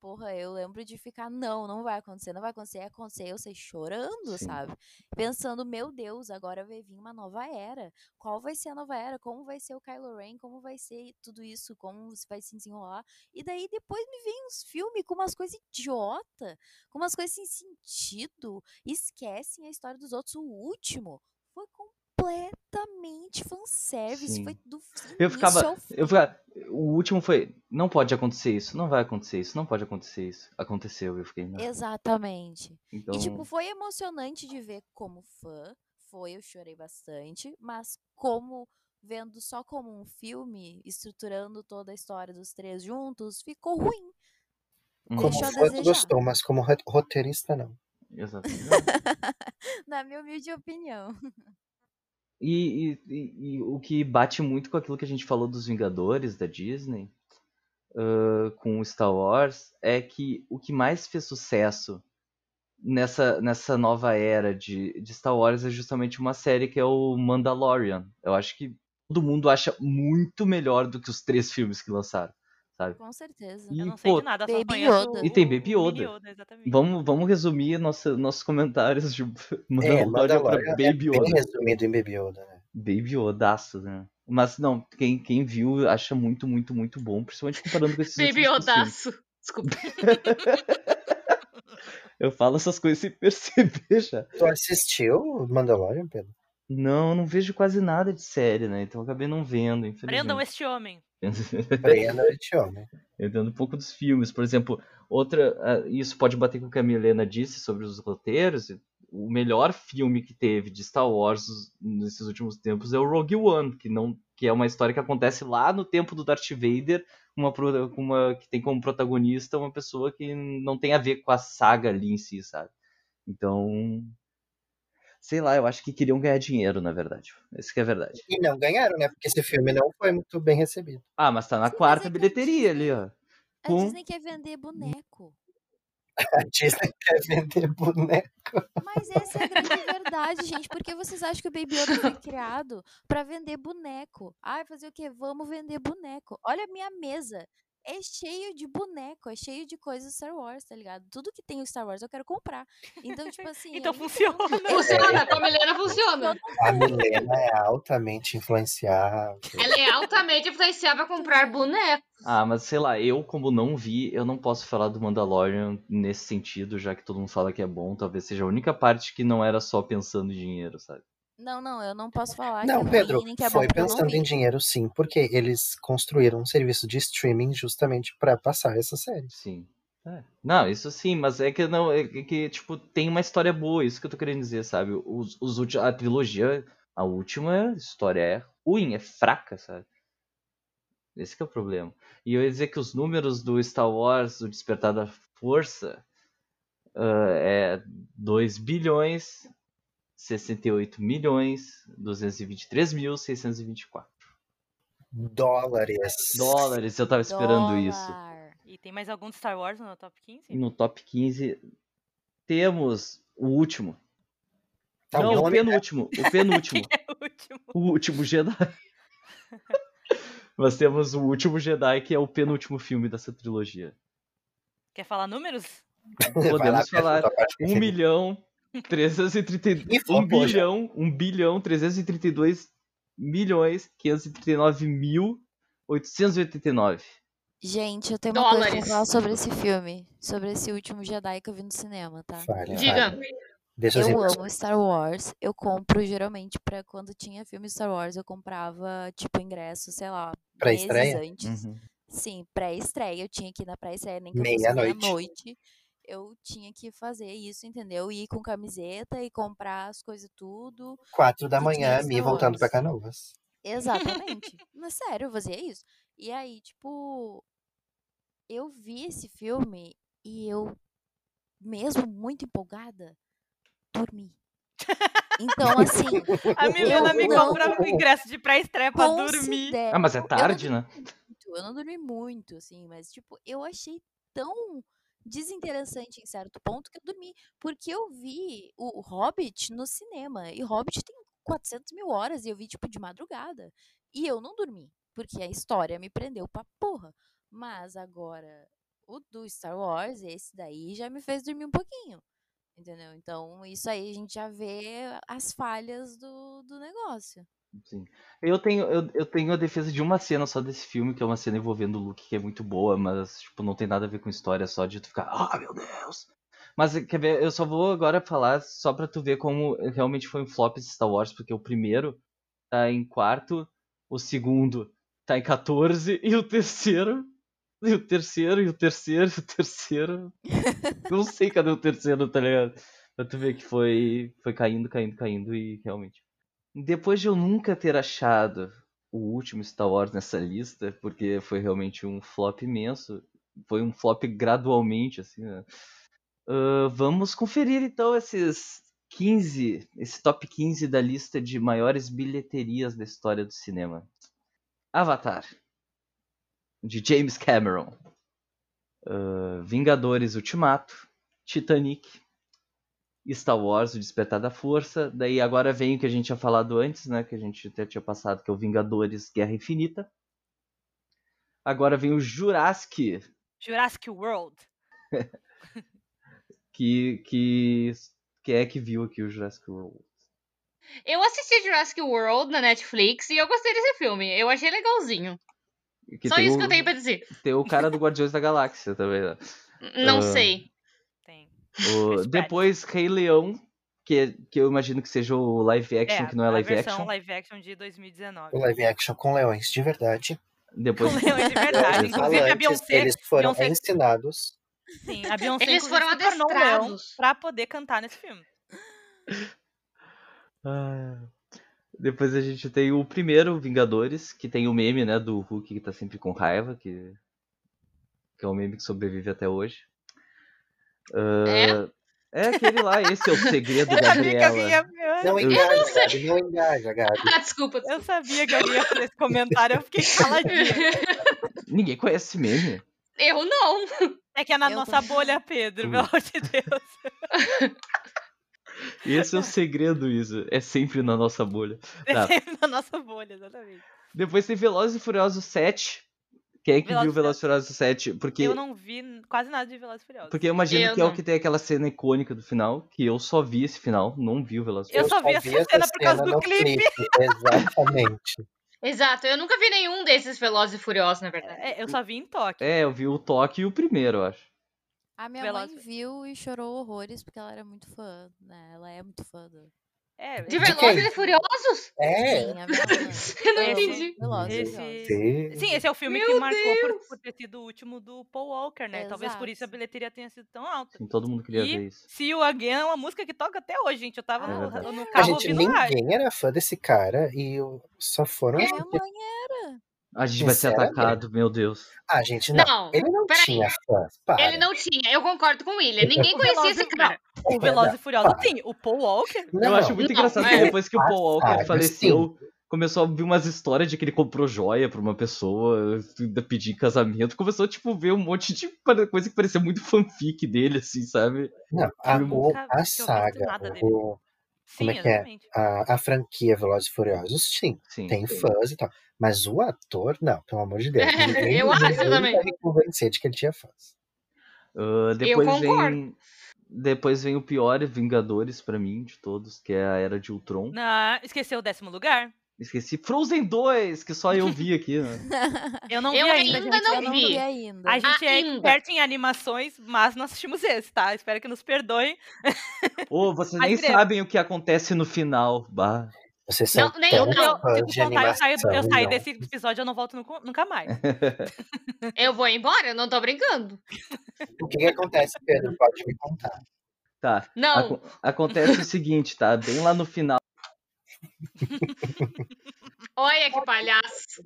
[SPEAKER 5] Porra, eu lembro de ficar, não, não vai acontecer, não vai acontecer, vai acontecer, eu sei chorando,
[SPEAKER 4] Sim.
[SPEAKER 5] sabe? Pensando, meu Deus, agora vai vir uma nova era. Qual vai ser a nova era? Como vai ser o Kylo Ren? Como vai ser tudo isso? Como vai se desenrolar? E daí depois me vem uns filmes com umas coisas idiota, com umas coisas sem sentido, esquecem a história dos outros. O último foi completamente fanservice,
[SPEAKER 4] Sim.
[SPEAKER 5] foi do
[SPEAKER 4] Eu
[SPEAKER 5] início
[SPEAKER 4] ficava,
[SPEAKER 5] ao
[SPEAKER 4] eu ficava. O último foi. Não pode acontecer isso, não vai acontecer isso, não pode acontecer isso. Aconteceu, eu fiquei. "Não."
[SPEAKER 5] É. Exatamente.
[SPEAKER 4] Então.
[SPEAKER 5] E, tipo, foi emocionante de ver como fã. Foi, eu chorei bastante. Mas como vendo só como um filme, estruturando toda a história dos três juntos, ficou ruim.
[SPEAKER 4] hum,
[SPEAKER 6] Como
[SPEAKER 5] Deixa eu
[SPEAKER 6] fã, tu
[SPEAKER 5] desejar.
[SPEAKER 6] gostou, mas como ro- roteirista, não.
[SPEAKER 4] Exato.
[SPEAKER 5] Na minha humilde opinião.
[SPEAKER 4] E, e- e- e o que bate muito com aquilo que a gente falou dos Vingadores da Disney, ãh, com o Star Wars, é que o que mais fez sucesso nessa, nessa nova era de, de Star Wars é justamente uma série que é o Mandalorian. Eu acho que todo mundo acha muito melhor do que os três filmes que lançaram. sabe?
[SPEAKER 5] Com certeza.
[SPEAKER 4] E,
[SPEAKER 3] Eu não sei
[SPEAKER 4] pô,
[SPEAKER 3] de nada, só
[SPEAKER 5] Baby
[SPEAKER 3] conheço
[SPEAKER 5] Yoda.
[SPEAKER 3] o-
[SPEAKER 4] E tem Baby
[SPEAKER 3] o Mini
[SPEAKER 4] Yoda.
[SPEAKER 3] exatamente.
[SPEAKER 4] Vamos, vamos resumir nossa, nossos comentários de Mandalorian pra
[SPEAKER 6] Mandalorian é
[SPEAKER 4] Baby
[SPEAKER 6] Bem
[SPEAKER 4] Yoda.
[SPEAKER 6] resumido em Baby Yoda, né?
[SPEAKER 4] Baby Yodaço, né? Mas não, quem, quem viu acha muito, muito, muito bom, principalmente comparando com esses
[SPEAKER 2] Baby
[SPEAKER 4] últimos filmes.
[SPEAKER 2] Odaço. Desculpa.
[SPEAKER 4] Eu falo essas coisas sem perceber já.
[SPEAKER 6] Tu assistiu o Mandalorian, Pedro?
[SPEAKER 4] Não, eu não vejo quase nada de série, né? Então eu acabei não vendo,
[SPEAKER 3] Prendam
[SPEAKER 4] infelizmente.
[SPEAKER 3] este homem.
[SPEAKER 6] Prenda este "É homem.
[SPEAKER 4] Eu entendo um pouco dos filmes. Por exemplo, outra. ah, Isso pode bater com o que a Milena disse sobre os roteiros. O melhor filme que teve de Star Wars os- nesses últimos tempos é o Rogue One, que, não, que é uma história que acontece lá no tempo do Darth Vader, uma, pro- com uma, que tem como protagonista uma pessoa que não tem a ver com a saga ali em si, sabe? Então. Sei lá, eu acho que queriam ganhar dinheiro, na verdade. Isso que é a verdade.
[SPEAKER 6] E não ganharam, né? Porque esse filme não foi muito bem recebido.
[SPEAKER 4] Ah, mas tá na
[SPEAKER 5] Sim, mas
[SPEAKER 4] quarta
[SPEAKER 5] é que a
[SPEAKER 4] bilheteria ali,
[SPEAKER 5] Disney-
[SPEAKER 4] ó.
[SPEAKER 5] A
[SPEAKER 4] Pum.
[SPEAKER 5] Disney quer vender boneco.
[SPEAKER 6] A Disney quer vender boneco.
[SPEAKER 5] Mas essa é a grande verdade, gente. Por que vocês acham que o Baby Yoda foi criado pra vender boneco? Ai, fazer o quê? Vamos vender boneco. Olha a minha mesa. É cheio de boneco, é cheio de coisas Star Wars, tá ligado? Tudo que tem o Star Wars eu quero comprar. Então, tipo assim.
[SPEAKER 3] Então
[SPEAKER 5] eu não
[SPEAKER 3] funciona.
[SPEAKER 5] entendo.
[SPEAKER 2] Funciona, com a Milena funciona.
[SPEAKER 6] A Milena é altamente influenciável.
[SPEAKER 2] Ela é altamente influenciável a comprar boneco.
[SPEAKER 4] Ah, mas sei lá, eu como não vi, eu não posso falar do Mandalorian nesse sentido, já que todo mundo fala que é bom, talvez seja a única parte que não era só pensando em dinheiro, sabe?
[SPEAKER 5] Não, não, eu não posso falar
[SPEAKER 6] Não,
[SPEAKER 5] que é
[SPEAKER 6] Pedro,
[SPEAKER 5] ruim, nem que é
[SPEAKER 6] foi
[SPEAKER 5] bom, porque eu não
[SPEAKER 6] pensando
[SPEAKER 5] vi.
[SPEAKER 6] em dinheiro sim, porque eles construíram um serviço de streaming justamente pra passar essa série.
[SPEAKER 4] Sim. É. Não, isso sim, mas é que não, é que tipo tem uma história boa, isso que eu tô querendo dizer, sabe? Os, os ulti- a trilogia, a última história é ruim, é fraca, sabe? Esse que é o problema. E eu ia dizer que os números do Star Wars, o Despertar da Força, ah, é 2 bilhões 68 milhões 223.624
[SPEAKER 6] Dólares.
[SPEAKER 4] dólares. Eu tava esperando isso.
[SPEAKER 5] Dólar.
[SPEAKER 3] E tem mais algum de Star Wars no top 15?
[SPEAKER 4] No top 15 temos o último.
[SPEAKER 6] Tá,
[SPEAKER 4] Não,
[SPEAKER 6] o
[SPEAKER 4] o
[SPEAKER 6] nome, né?
[SPEAKER 4] penúltimo, o penúltimo,
[SPEAKER 3] É o último.
[SPEAKER 4] o último Jedi. Nós temos o último Jedi que é o penúltimo filme dessa trilogia.
[SPEAKER 3] Quer falar números?
[SPEAKER 6] Vai lá,
[SPEAKER 4] Podemos
[SPEAKER 6] Pedro,
[SPEAKER 4] falar
[SPEAKER 6] tua parte
[SPEAKER 4] 1
[SPEAKER 6] preferida.
[SPEAKER 4] milhão 330
[SPEAKER 6] é E
[SPEAKER 4] 1
[SPEAKER 6] flopou já.
[SPEAKER 4] bilhão, 1 bilhão 332 milhões 539 mil 889.
[SPEAKER 5] Gente, eu tenho uma coisa
[SPEAKER 2] Dólares.
[SPEAKER 5] pra falar sobre esse filme. Sobre esse último Jedi que eu vi no cinema, tá?
[SPEAKER 6] Fale,
[SPEAKER 2] Diga.
[SPEAKER 6] fale. Deixa as
[SPEAKER 5] Eu
[SPEAKER 6] impressões.
[SPEAKER 5] amo Star Wars. Eu compro geralmente pra quando tinha filme Star Wars, eu comprava tipo ingresso, sei lá,
[SPEAKER 6] Pra
[SPEAKER 5] meses
[SPEAKER 6] estreia?
[SPEAKER 5] antes.
[SPEAKER 4] Uhum.
[SPEAKER 5] Sim, pré-estreia, eu tinha que ir na pré-estreia, nem que eu fosse
[SPEAKER 6] Meia-noite.
[SPEAKER 5] meia-noite. Eu tinha que fazer isso, entendeu? Ir com camiseta e comprar as coisas tudo.
[SPEAKER 6] Quatro da
[SPEAKER 5] que tinha
[SPEAKER 6] manhã,
[SPEAKER 5] Star
[SPEAKER 6] me voltando pra
[SPEAKER 5] Wars.
[SPEAKER 6] Canoas.
[SPEAKER 5] Exatamente. Mas sério, eu fazia isso. E aí, tipo, eu vi esse filme e eu, mesmo muito empolgada, dormi. Então, assim,
[SPEAKER 4] Tá
[SPEAKER 3] A Milena me
[SPEAKER 5] não
[SPEAKER 3] comprava um ingresso de pré-estreia pra dormir.
[SPEAKER 5] considero.
[SPEAKER 4] Ah, mas é tarde,
[SPEAKER 5] eu
[SPEAKER 4] né?
[SPEAKER 5] não dormi muito, eu não dormi muito, assim, mas, tipo, eu achei tão desinteressante em certo ponto que eu dormi. Porque eu vi o o Hobbit no cinema, e Hobbit tem 400 mil horas, e eu vi, tipo, de madrugada. E eu não dormi, porque a história me prendeu pra porra. Mas agora, o do Star Wars, esse daí, já me fez dormir um pouquinho. Entendeu? Então, isso aí a gente já vê as falhas do, do negócio.
[SPEAKER 4] Sim. Eu tenho, eu, eu tenho a defesa de uma cena só desse filme, que é uma cena envolvendo o Luke, que é muito boa, mas tipo, não tem nada a ver com história, é só de tu ficar, ah, meu Deus! Mas quer ver, eu só vou agora falar só pra tu ver como realmente foi um flop esse Star Wars, porque o primeiro tá em quarto, o segundo tá em 14, e o terceiro, e o terceiro, e o terceiro, e o terceiro. Não sei cadê o terceiro, tá ligado? Pra tu ver que foi, foi caindo, caindo, caindo, e realmente. Depois de eu nunca ter achado o último Star Wars nessa lista, porque foi realmente um flop imenso, foi um flop gradualmente, assim, né? Ah, vamos conferir então esses 15, esse top 15 da lista de maiores bilheterias da história do cinema. Avatar, de James Cameron. Ah, Vingadores Ultimato, Titanic, Star Wars, O Despertar da Força. Daí agora vem o que a gente tinha falado antes, né? Que a gente até tinha passado, que é o Vingadores Guerra Infinita. Agora vem o Jurassic,
[SPEAKER 3] Jurassic World.
[SPEAKER 4] que, que, que é que viu aqui o Jurassic World.
[SPEAKER 2] Eu assisti Jurassic World na Netflix e eu gostei desse filme. Eu achei legalzinho.
[SPEAKER 4] Que
[SPEAKER 2] Só
[SPEAKER 4] tem um
[SPEAKER 2] isso
[SPEAKER 4] o,
[SPEAKER 2] que eu tenho pra dizer.
[SPEAKER 4] Tem o cara do Guardiões da Galáxia também, né?
[SPEAKER 2] Não
[SPEAKER 4] Ah.
[SPEAKER 2] sei.
[SPEAKER 3] Tem.
[SPEAKER 4] O-
[SPEAKER 3] Chris Pratt.
[SPEAKER 4] depois, Rei Leão, que, é, que eu imagino que seja o live action, que não é
[SPEAKER 3] a
[SPEAKER 4] live
[SPEAKER 3] versão
[SPEAKER 4] action.
[SPEAKER 3] live action de 2019.
[SPEAKER 6] O live action com leões, de verdade.
[SPEAKER 4] Depois,
[SPEAKER 3] Com leões de verdade. Inclusive a
[SPEAKER 6] Falantes,
[SPEAKER 3] Beyoncé,
[SPEAKER 6] eles foram
[SPEAKER 3] Beyoncé-
[SPEAKER 6] ensinados.
[SPEAKER 3] sim, a Beyoncé
[SPEAKER 2] Eles
[SPEAKER 3] inclusive,
[SPEAKER 2] foram
[SPEAKER 3] se tornou um leão
[SPEAKER 2] adestrados.
[SPEAKER 3] pra poder cantar nesse filme.
[SPEAKER 4] Ah. depois a gente tem o primeiro Vingadores, que tem o meme, né, do Hulk que tá sempre com raiva, que, que é um meme que sobrevive até hoje. Ah, é aquele lá, esse é o segredo,
[SPEAKER 3] Eu sabia que
[SPEAKER 4] Gabriela.
[SPEAKER 3] alguém ia.
[SPEAKER 6] Não
[SPEAKER 4] Eu-
[SPEAKER 6] engaja, Gabi, não engaja, Gabi.
[SPEAKER 2] Ah, desculpa.
[SPEAKER 3] Eu sabia que alguém ia fazer esse comentário, eu fiquei caladinha.
[SPEAKER 4] Ninguém conhece esse meme.
[SPEAKER 2] Eu não.
[SPEAKER 3] É que é na
[SPEAKER 5] Eu
[SPEAKER 3] nossa
[SPEAKER 5] também.
[SPEAKER 3] bolha, Pedro,
[SPEAKER 4] Hum.
[SPEAKER 3] pelo amor de Deus.
[SPEAKER 4] Esse é o segredo, isso. É sempre na nossa bolha. Tá.
[SPEAKER 3] É sempre na nossa bolha, exatamente.
[SPEAKER 4] Depois tem Velozes e Furiosos 7. Quem é que viu
[SPEAKER 3] Velozes e
[SPEAKER 4] Velozes e Furiosos 7? Porque
[SPEAKER 3] Eu não vi n- quase nada de Velozes e Furiosos.
[SPEAKER 4] Porque eu imagino
[SPEAKER 2] Eu
[SPEAKER 4] que é
[SPEAKER 2] não.
[SPEAKER 4] o que tem aquela cena icônica do final, que eu só vi esse final, não vi o Velociraptor.
[SPEAKER 3] Eu só vi essa cena por causa do
[SPEAKER 6] no
[SPEAKER 3] clipe.
[SPEAKER 6] Exatamente.
[SPEAKER 2] Exato, eu nunca vi nenhum desses Velozes e Furiosos, na verdade.
[SPEAKER 3] É, eu só vi em Tóquio.
[SPEAKER 4] É, eu vi o Toque e o primeiro, eu acho.
[SPEAKER 5] A minha
[SPEAKER 3] Veloz-
[SPEAKER 5] mãe viu e chorou horrores porque ela era muito fã, né? Ela é muito fã do.
[SPEAKER 3] É,
[SPEAKER 2] De
[SPEAKER 6] quem?
[SPEAKER 2] Velozes e Furiosos?
[SPEAKER 6] É.
[SPEAKER 5] Sim, a minha é mãe.
[SPEAKER 2] Eu não
[SPEAKER 5] ama
[SPEAKER 2] entendi.
[SPEAKER 5] Velozes e
[SPEAKER 3] Esse-
[SPEAKER 5] Furiosos.
[SPEAKER 6] Sim.
[SPEAKER 3] Sim, esse é o filme que
[SPEAKER 2] Meu
[SPEAKER 3] marcou por, por ter sido o último do Paul Walker, né? Talvez por
[SPEAKER 5] Exato.
[SPEAKER 3] isso a bilheteria tenha sido tão alta.
[SPEAKER 4] Assim, todo mundo queria
[SPEAKER 3] E-
[SPEAKER 4] ver isso.
[SPEAKER 3] See You Again é uma música que toca até hoje, gente. Eu tava
[SPEAKER 5] É
[SPEAKER 3] no,
[SPEAKER 4] verdade.
[SPEAKER 3] no
[SPEAKER 6] A
[SPEAKER 3] carro
[SPEAKER 6] gente
[SPEAKER 3] ouvindo rádio.
[SPEAKER 6] ninguém era fã desse cara e eu- só
[SPEAKER 3] É.
[SPEAKER 6] foram
[SPEAKER 5] A
[SPEAKER 6] as
[SPEAKER 5] minha mãe é era.
[SPEAKER 4] A gente vai ser
[SPEAKER 6] Sinceramente?
[SPEAKER 4] atacado, meu Deus.
[SPEAKER 6] Ah, gente, não.
[SPEAKER 2] Não.
[SPEAKER 6] Ele não
[SPEAKER 2] peraí.
[SPEAKER 6] tinha fã. Para.
[SPEAKER 2] Ele não tinha, eu concordo com o William. Ninguém
[SPEAKER 3] O
[SPEAKER 2] conhecia
[SPEAKER 3] Veloz,
[SPEAKER 2] esse cara.
[SPEAKER 6] É,
[SPEAKER 3] o Veloz e Furioso
[SPEAKER 6] para.
[SPEAKER 3] tem. O Paul Walker.
[SPEAKER 6] Não,
[SPEAKER 4] eu acho
[SPEAKER 6] não.
[SPEAKER 4] muito
[SPEAKER 2] não,
[SPEAKER 4] engraçado que
[SPEAKER 2] é.
[SPEAKER 4] depois que o Paul Walker
[SPEAKER 6] Passado,
[SPEAKER 4] faleceu, começou a vir umas histórias de que ele comprou joia pra uma pessoa, ainda pedir em casamento. Começou, tipo, a ver um monte de pare- coisa que parecia muito fanfic dele, assim, sabe?
[SPEAKER 6] Não, a,
[SPEAKER 4] Eu
[SPEAKER 6] o-
[SPEAKER 3] nunca
[SPEAKER 6] a
[SPEAKER 3] vi- tinha ouvido
[SPEAKER 6] saga,
[SPEAKER 3] nada dele.
[SPEAKER 6] o-
[SPEAKER 3] Sim,
[SPEAKER 6] Como é que é?
[SPEAKER 3] exatamente.
[SPEAKER 6] a, a franquia Velozes e Furiosos, sim,
[SPEAKER 4] Sim.
[SPEAKER 6] tem fãs e tal. Mas o ator, não, pelo amor de Deus. Ninguém,
[SPEAKER 2] Eu acho
[SPEAKER 6] ninguém
[SPEAKER 2] também.
[SPEAKER 6] vai me convencer de que ele tinha fãs.
[SPEAKER 4] Ah, depois
[SPEAKER 2] concordo.
[SPEAKER 4] vem depois vem o pior Vingadores pra mim de todos, que é a Era de Ultron.
[SPEAKER 3] Na- esqueceu o décimo lugar?
[SPEAKER 4] Esqueci Frozen 2, que só eu vi aqui, né?
[SPEAKER 3] Eu não
[SPEAKER 2] Eu
[SPEAKER 3] vi ainda.
[SPEAKER 2] ainda
[SPEAKER 3] gente.
[SPEAKER 2] não
[SPEAKER 5] eu não
[SPEAKER 2] vi. Ah,
[SPEAKER 5] vi ainda.
[SPEAKER 3] A gente é
[SPEAKER 2] Ainda.
[SPEAKER 3] expert em animações, mas não assistimos esse, tá? Espero que nos perdoem.
[SPEAKER 4] Ô, vocês
[SPEAKER 3] Mas
[SPEAKER 4] nem
[SPEAKER 3] Grego-
[SPEAKER 4] sabem o que acontece no final, bah.
[SPEAKER 6] Vocês são
[SPEAKER 2] Não, nem
[SPEAKER 6] tão
[SPEAKER 2] eu-
[SPEAKER 3] Se eu- se
[SPEAKER 6] fãs
[SPEAKER 3] tu
[SPEAKER 6] de
[SPEAKER 3] contar, eu
[SPEAKER 6] animação.
[SPEAKER 3] saio, eu saio
[SPEAKER 6] não.
[SPEAKER 3] desse episódio, eu não volto nu- nunca mais.
[SPEAKER 2] Eu vou embora, eu não tô brincando.
[SPEAKER 6] O que, que acontece, Pedro? Pode me contar.
[SPEAKER 4] Tá.
[SPEAKER 2] Não,
[SPEAKER 4] Aco- acontece o seguinte, tá? Bem lá no final.
[SPEAKER 2] olha que palhaço.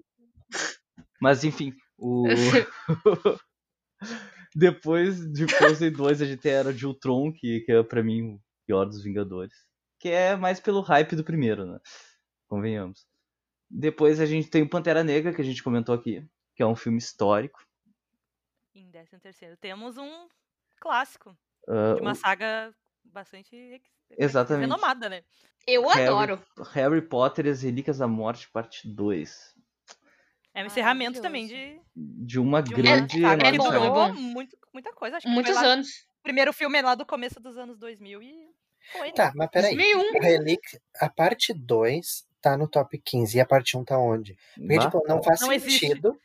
[SPEAKER 4] Mas enfim, o. Depois de Frozen 2, a gente tem a Era de Ultron, que, que é pra mim o pior dos Vingadores. Que é mais pelo hype do primeiro, né? Convenhamos. Depois a gente tem o Pantera Negra, que a gente comentou aqui, que é um filme histórico.
[SPEAKER 3] Em décimo terceiro, temos um clássico
[SPEAKER 4] Ah,
[SPEAKER 3] de uma saga bastante ex-
[SPEAKER 4] Exatamente.
[SPEAKER 3] renomada, né?
[SPEAKER 2] Eu
[SPEAKER 4] Harry.
[SPEAKER 2] adoro.
[SPEAKER 4] o Harry Potter e as Relíquias da Morte, parte 2.
[SPEAKER 3] É um encerramento também de,
[SPEAKER 4] De uma
[SPEAKER 3] de uma
[SPEAKER 4] grande.
[SPEAKER 3] saga
[SPEAKER 2] É
[SPEAKER 3] que
[SPEAKER 4] enorme
[SPEAKER 2] bom, é
[SPEAKER 4] saga.
[SPEAKER 2] bom.
[SPEAKER 3] durou muito, muita coisa. Acho que
[SPEAKER 2] Muitos
[SPEAKER 3] foi lá,
[SPEAKER 2] anos.
[SPEAKER 3] O primeiro filme é lá do começo dos anos 2000 e foi, né?
[SPEAKER 6] Tá, mas peraí.
[SPEAKER 2] 2001.
[SPEAKER 6] A Relíquia- a parte 2 tá no top 15 e a parte 1 tá onde? Porque,
[SPEAKER 4] Bah,
[SPEAKER 6] tipo, não faz
[SPEAKER 3] Não existe.
[SPEAKER 6] sentido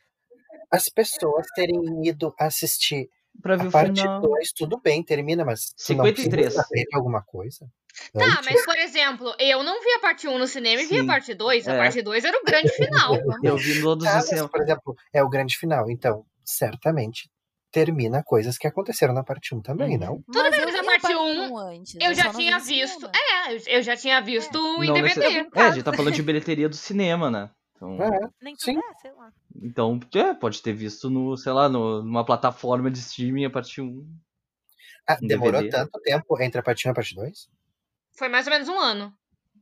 [SPEAKER 6] as pessoas terem ido assistir
[SPEAKER 4] pra ver
[SPEAKER 6] a
[SPEAKER 4] o
[SPEAKER 6] parte
[SPEAKER 4] final.
[SPEAKER 6] 2, tudo bem, termina, mas tu não precisa
[SPEAKER 4] 53.
[SPEAKER 6] saber de alguma coisa.
[SPEAKER 2] Tá, mas por exemplo, eu não vi a parte 1 no cinema e vi a
[SPEAKER 4] Sim.
[SPEAKER 2] parte 2. A
[SPEAKER 4] É.
[SPEAKER 2] parte 2 era o grande final.
[SPEAKER 4] Eu vi todos
[SPEAKER 6] Tá,
[SPEAKER 4] os
[SPEAKER 6] mas,
[SPEAKER 4] cinemas.
[SPEAKER 6] por exemplo, é o grande final. Então, certamente termina coisas que aconteceram na parte 1 também,
[SPEAKER 4] Uhum.
[SPEAKER 6] não?
[SPEAKER 2] Tudo bem,
[SPEAKER 5] eu
[SPEAKER 2] mas a
[SPEAKER 5] vi
[SPEAKER 2] parte um,
[SPEAKER 5] um antes,
[SPEAKER 2] Eu já
[SPEAKER 5] só não vi
[SPEAKER 2] tinha
[SPEAKER 5] no
[SPEAKER 2] visto.
[SPEAKER 5] cinema.
[SPEAKER 2] É, eu- eu já tinha visto em
[SPEAKER 4] Não
[SPEAKER 2] DVD.
[SPEAKER 4] necess- É, a gente tá falando de bilheteria do cinema, né? Então,
[SPEAKER 6] É,
[SPEAKER 3] Nem
[SPEAKER 6] Sim.
[SPEAKER 3] tudo é, sei lá.
[SPEAKER 4] então é, pode ter visto no, sei lá, no- numa plataforma de um, streaming a partir 1.
[SPEAKER 6] Ah,
[SPEAKER 4] Um
[SPEAKER 6] demorou
[SPEAKER 4] DVD.
[SPEAKER 6] tanto tempo entre a parte 1 e a parte 2?
[SPEAKER 2] Foi mais ou menos um ano.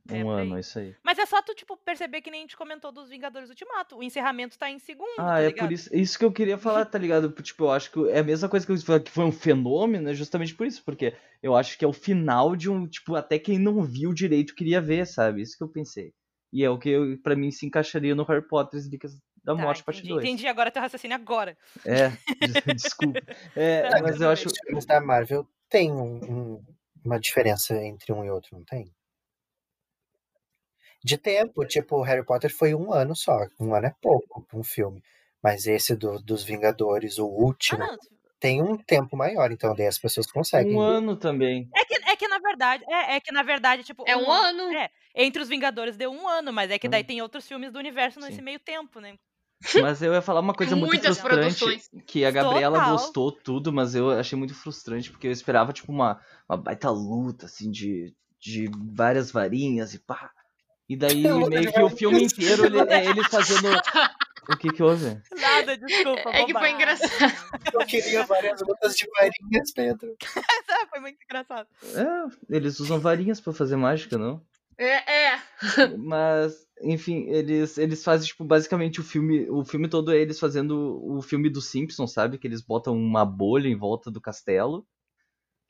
[SPEAKER 3] É,
[SPEAKER 4] Um
[SPEAKER 3] por aí.
[SPEAKER 4] ano, é isso aí.
[SPEAKER 3] Mas é só tu, tipo, perceber que nem a gente comentou dos Vingadores Ultimato. O encerramento tá em segundo,
[SPEAKER 4] Ah,
[SPEAKER 3] tá
[SPEAKER 4] é
[SPEAKER 3] ligado?
[SPEAKER 4] por isso. é Isso que eu queria falar, tá ligado? Tipo, eu acho que é a mesma coisa que eu falei que foi um fenômeno, é justamente por isso, porque eu acho que é o final de um, tipo, até quem não viu direito queria ver, sabe? Isso que eu pensei. E é o que eu, para mim se encaixaria no Harry Potter e as Relíquias da
[SPEAKER 3] Tá,
[SPEAKER 4] Morte, parte
[SPEAKER 3] entendi,
[SPEAKER 4] 2.
[SPEAKER 3] Entendi agora teu raciocínio agora. Ah,
[SPEAKER 4] É, des- desculpa. É, mas eu acho.
[SPEAKER 6] Os filmes da Marvel tem um- um- uma diferença entre um e outro, não tem? De tempo, tipo, Harry Potter foi um ano só. Um ano é pouco pra um filme. Mas esse do- dos Vingadores, o
[SPEAKER 4] Tipo
[SPEAKER 3] Ah,
[SPEAKER 6] último,
[SPEAKER 3] não.
[SPEAKER 6] tem um tempo maior, então daí as pessoas conseguem.
[SPEAKER 4] Um ano também.
[SPEAKER 3] É que, é que na verdade, é, é que na verdade, tipo.
[SPEAKER 2] É um ano.
[SPEAKER 3] É, entre os Vingadores deu um ano, mas é que daí
[SPEAKER 4] Hum.
[SPEAKER 3] tem outros filmes do universo nesse
[SPEAKER 4] Sim.
[SPEAKER 3] meio tempo, né?
[SPEAKER 4] Mas eu ia falar uma coisa muito
[SPEAKER 2] Muitas
[SPEAKER 4] frustrante.
[SPEAKER 2] produções.
[SPEAKER 4] Que a Gabriela
[SPEAKER 3] Total.
[SPEAKER 4] gostou tudo, mas eu achei muito frustrante, porque eu esperava, tipo, uma, uma baita luta, assim, de, de várias varinhas e pá. E daí
[SPEAKER 6] Luta de
[SPEAKER 4] meio que o
[SPEAKER 6] varinhas.
[SPEAKER 4] filme inteiro ele- é eles fazendo. O que que houve?
[SPEAKER 3] Nada, desculpa.
[SPEAKER 2] É que foi
[SPEAKER 3] bobagem.
[SPEAKER 2] engraçado.
[SPEAKER 6] Eu queria várias lutas de varinhas, Pedro.
[SPEAKER 3] Ah, foi muito engraçado.
[SPEAKER 4] É, eles usam varinhas pra fazer mágica, não?
[SPEAKER 2] É, é.
[SPEAKER 4] Mas, enfim, eles, eles fazem, tipo, basicamente o filme. O filme todo é eles fazendo o filme dos Simpsons, sabe? Que eles botam uma bolha em volta do castelo.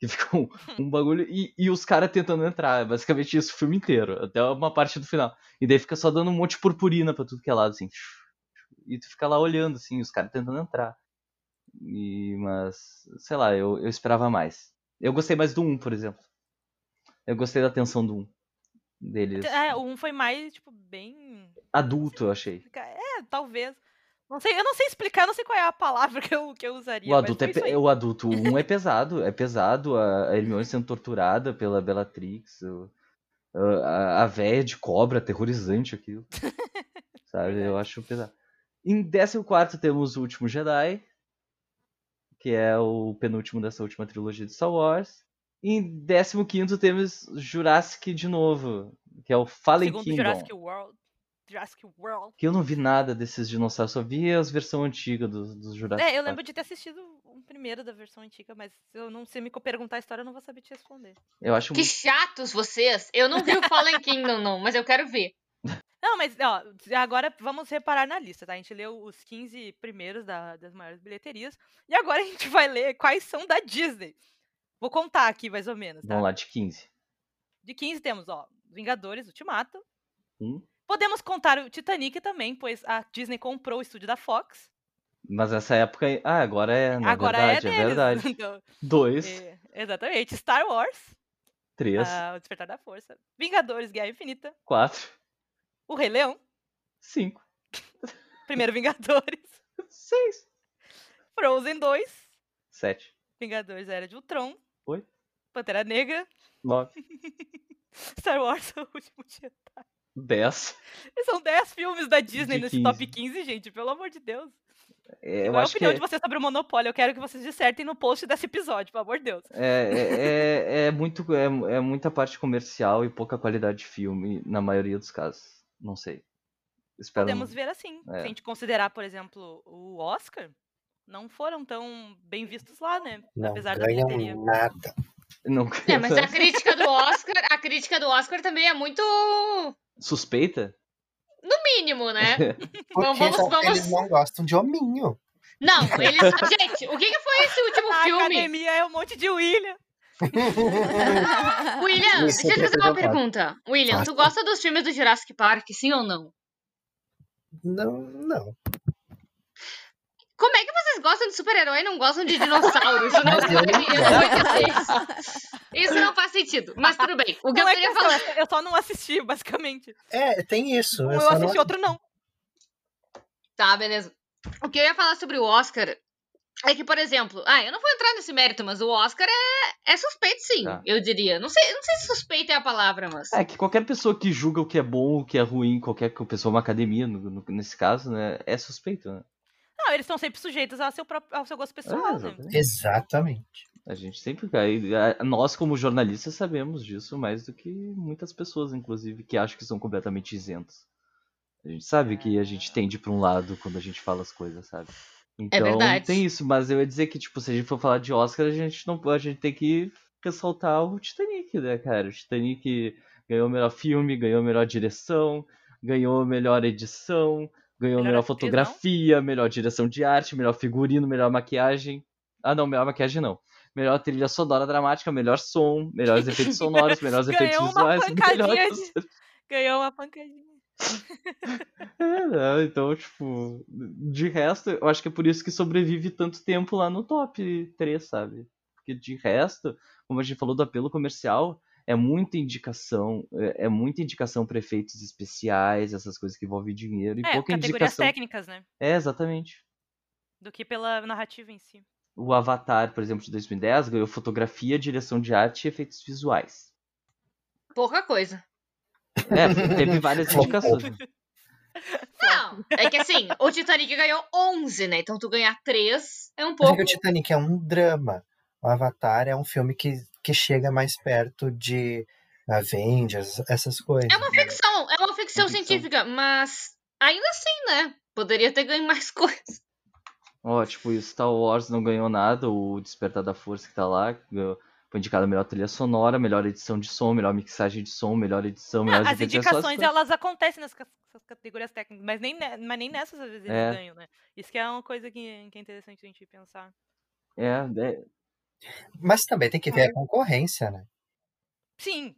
[SPEAKER 4] E fica um, um bagulho. E, e os caras tentando entrar. É basicamente isso o filme inteiro. Até uma parte do final. E daí fica só dando um monte de purpurina pra tudo que é lado, assim. E tu fica lá olhando, assim, os caras tentando entrar. E, mas, sei lá, eu, eu esperava mais. Eu gostei mais do 1, por exemplo. Eu gostei da tensão do 1. Deles
[SPEAKER 3] É, um foi mais, tipo, bem.
[SPEAKER 4] adulto, eu achei.
[SPEAKER 3] É, talvez. Não sei, eu não sei explicar, não sei qual é a palavra que eu, que eu usaria.
[SPEAKER 4] O adulto, é,
[SPEAKER 3] mas foi
[SPEAKER 4] pe-
[SPEAKER 3] isso aí.
[SPEAKER 4] o adulto um é pesado, é pesado, a a Hermione sendo torturada pela Bellatrix, o- a, a véia de cobra, aterrorizante aquilo. Sabe, eu
[SPEAKER 3] Verdade.
[SPEAKER 4] acho pesado. Em 14 temos o último Jedi, que é o penúltimo dessa última trilogia de Star Wars. Em 15 temos Jurassic de novo, que é o Fallen
[SPEAKER 3] Segundo
[SPEAKER 4] Kingdom.
[SPEAKER 3] Jurassic World. Jurassic World.
[SPEAKER 4] Que eu não vi nada desses dinossauros, só vi as versões antigas dos, dos Jurassic
[SPEAKER 3] É, eu
[SPEAKER 4] Park.
[SPEAKER 3] lembro de ter assistido um primeiro da versão antiga, mas se eu não sei me co- perguntar a história, eu não vou saber te responder.
[SPEAKER 4] Eu acho
[SPEAKER 2] Que chatos vocês. Eu não vi o Fallen Kingdom, não, mas eu quero ver.
[SPEAKER 3] Não, mas ó, agora vamos reparar na lista, tá? A gente leu os 15 primeiros da- das maiores bilheterias. E agora a gente vai ler quais são da Disney. Vou contar aqui, mais ou menos, tá?
[SPEAKER 4] Vamos lá, de 15.
[SPEAKER 3] De 15 temos, ó, Vingadores, Ultimato.
[SPEAKER 4] Um.
[SPEAKER 3] Podemos contar o Titanic também, pois a Disney comprou o estúdio da Fox.
[SPEAKER 4] Mas nessa época. Ah, agora é. Na
[SPEAKER 3] agora
[SPEAKER 4] verdade,
[SPEAKER 3] é
[SPEAKER 4] é,
[SPEAKER 3] deles.
[SPEAKER 4] verdade.
[SPEAKER 3] Então,
[SPEAKER 4] Dois,
[SPEAKER 3] é, exatamente. Star Wars,
[SPEAKER 4] três,
[SPEAKER 3] ah, O Despertar da Força. Vingadores, Guerra Infinita.
[SPEAKER 4] quatro,
[SPEAKER 3] O Rei Leão,
[SPEAKER 4] cinco,
[SPEAKER 3] primeiro Vingadores.
[SPEAKER 4] seis,
[SPEAKER 3] Frozen 2,
[SPEAKER 4] sete,
[SPEAKER 3] Vingadores Era de Ultron.
[SPEAKER 4] Oi?
[SPEAKER 3] Pantera Negra,
[SPEAKER 4] nove,
[SPEAKER 3] Star Wars, o último dia.
[SPEAKER 4] dez.
[SPEAKER 3] São 10 filmes da Disney
[SPEAKER 4] De
[SPEAKER 3] nesse top
[SPEAKER 4] 15.
[SPEAKER 3] 15, gente, pelo amor de Deus.
[SPEAKER 4] É, eu
[SPEAKER 3] Qual é a
[SPEAKER 4] acho que.
[SPEAKER 3] opinião de vocês sobre o monopólio? Eu quero que vocês dissertem no post desse episódio, pelo amor de Deus.
[SPEAKER 4] É, é, é, é muito, é, é muita parte comercial e pouca qualidade de filme, na maioria dos casos. Não sei. Espero.
[SPEAKER 3] Podemos ver assim. Se
[SPEAKER 4] é.
[SPEAKER 3] a gente considerar, por exemplo, o Oscar, não foram tão bem vistos lá, né?
[SPEAKER 6] Não
[SPEAKER 3] Apesar da
[SPEAKER 6] ganham
[SPEAKER 4] um
[SPEAKER 3] bilheteria.
[SPEAKER 6] nada.
[SPEAKER 4] Não...
[SPEAKER 2] É, mas a crítica do Oscar, a crítica do Oscar também é muito
[SPEAKER 4] Suspeita?
[SPEAKER 2] mínimo, né? Então
[SPEAKER 6] Porque
[SPEAKER 2] vamos- vamos-
[SPEAKER 6] eles não gostam de hominho.
[SPEAKER 2] Não, eles. Gente, o que, que foi esse último
[SPEAKER 3] A
[SPEAKER 2] filme?
[SPEAKER 3] academia é um monte de William.
[SPEAKER 2] William,
[SPEAKER 6] Isso,
[SPEAKER 2] deixa eu te fazer uma
[SPEAKER 6] representado.
[SPEAKER 2] pergunta. William, tu gosta dos filmes do Jurassic Park, sim ou não?
[SPEAKER 6] Não, não.
[SPEAKER 2] Como é que vocês gostam de super-herói e não gostam de dinossauros? Isso não,
[SPEAKER 6] Mas eu
[SPEAKER 2] eu
[SPEAKER 6] não
[SPEAKER 2] não vou entender isso. assim. Isso não faz sentido. Mas tudo bem. O que eu
[SPEAKER 3] Não é
[SPEAKER 2] queria
[SPEAKER 3] questão,
[SPEAKER 2] falar.
[SPEAKER 3] é- eu só não assisti, basicamente.
[SPEAKER 6] É, tem isso.
[SPEAKER 3] Um
[SPEAKER 6] eu
[SPEAKER 3] eu
[SPEAKER 6] só não-
[SPEAKER 3] assisti, outro não.
[SPEAKER 2] Tá, beleza. O que eu ia falar sobre o Oscar é que, por exemplo, ah, eu não vou entrar nesse mérito, mas o Oscar é, é suspeito, sim,
[SPEAKER 4] Tá.
[SPEAKER 2] eu diria. Não sei, não sei se suspeito é a palavra, mas.
[SPEAKER 4] É que qualquer pessoa que julga o que é bom, o que é ruim, qualquer co- pessoa, uma academia, no- no- nesse caso, né, é suspeito, né?
[SPEAKER 3] Não, eles estão sempre sujeitos ao seu, próprio- ao seu gosto pessoal,
[SPEAKER 4] É,
[SPEAKER 3] né?
[SPEAKER 4] exatamente.
[SPEAKER 6] Exatamente.
[SPEAKER 4] A gente sempre cai. a- Nós, como jornalistas, sabemos disso mais do que muitas pessoas, inclusive, que acham que são completamente isentos. A gente sabe que a gente tende pra um lado quando a gente fala as coisas, sabe?
[SPEAKER 3] É
[SPEAKER 4] Então,
[SPEAKER 2] verdade.
[SPEAKER 4] tem isso, mas eu ia dizer que, tipo, se a gente for falar de Oscar, a gente não a gente tem que ressaltar o Titanic, né, cara? O Titanic ganhou o melhor filme, ganhou a melhor direção, ganhou a melhor edição, ganhou a
[SPEAKER 3] Melhor
[SPEAKER 4] melhor
[SPEAKER 3] atriz, não?
[SPEAKER 4] fotografia, melhor direção de arte, melhor figurino, melhor maquiagem. Ah, não, melhor maquiagem não. Melhor trilha sonora dramática, melhor som, melhores efeitos sonoros, melhores efeitos
[SPEAKER 3] Ganhou uma
[SPEAKER 4] visuais,
[SPEAKER 3] pancadinha
[SPEAKER 4] melhores.
[SPEAKER 3] de- Ganhou uma pancadinha.
[SPEAKER 4] É, não, então, tipo, de resto, eu acho que é por isso que sobrevive tanto tempo lá no top 3, sabe? Porque de resto, como a gente falou do apelo comercial, é muita indicação, é, é muita indicação para efeitos especiais, essas coisas que envolvem dinheiro, e
[SPEAKER 3] É,
[SPEAKER 4] pouca
[SPEAKER 3] categorias
[SPEAKER 4] indicação.
[SPEAKER 3] técnicas, né?
[SPEAKER 4] É, exatamente.
[SPEAKER 3] Do que pela narrativa em si.
[SPEAKER 4] O Avatar, por exemplo, de 2010, ganhou fotografia, direção de arte e efeitos visuais.
[SPEAKER 2] Pouca coisa.
[SPEAKER 4] É, teve várias indicações.
[SPEAKER 2] Não, é que assim, o Titanic ganhou 11, né? Então tu ganhar 3 é um
[SPEAKER 6] Mas é
[SPEAKER 2] pouco.
[SPEAKER 6] que o Titanic é um drama. O Avatar é um filme que, que chega mais perto de Avengers, essas coisas.
[SPEAKER 2] É uma ficção, é uma ficção
[SPEAKER 4] Uma ficção.
[SPEAKER 2] científica, mas ainda assim, né? Poderia ter ganho mais coisa.
[SPEAKER 4] Ó, tipo, o Star Wars não ganhou nada, o Despertar da Força que tá lá, ganhou- foi indicado a melhor trilha sonora, melhor edição de som, melhor mixagem de som, melhor edição, melhor
[SPEAKER 3] as indicações,
[SPEAKER 4] é...
[SPEAKER 3] elas acontecem nas ca- nessas categorias técnicas, mas nem, ne- mas nem nessas às vezes
[SPEAKER 4] É.
[SPEAKER 3] eles ganham, né? Isso que é uma coisa que, que é interessante a gente pensar.
[SPEAKER 4] É,
[SPEAKER 6] Mas também tem que ver a
[SPEAKER 2] Uhum.
[SPEAKER 6] concorrência, né?
[SPEAKER 3] Sim!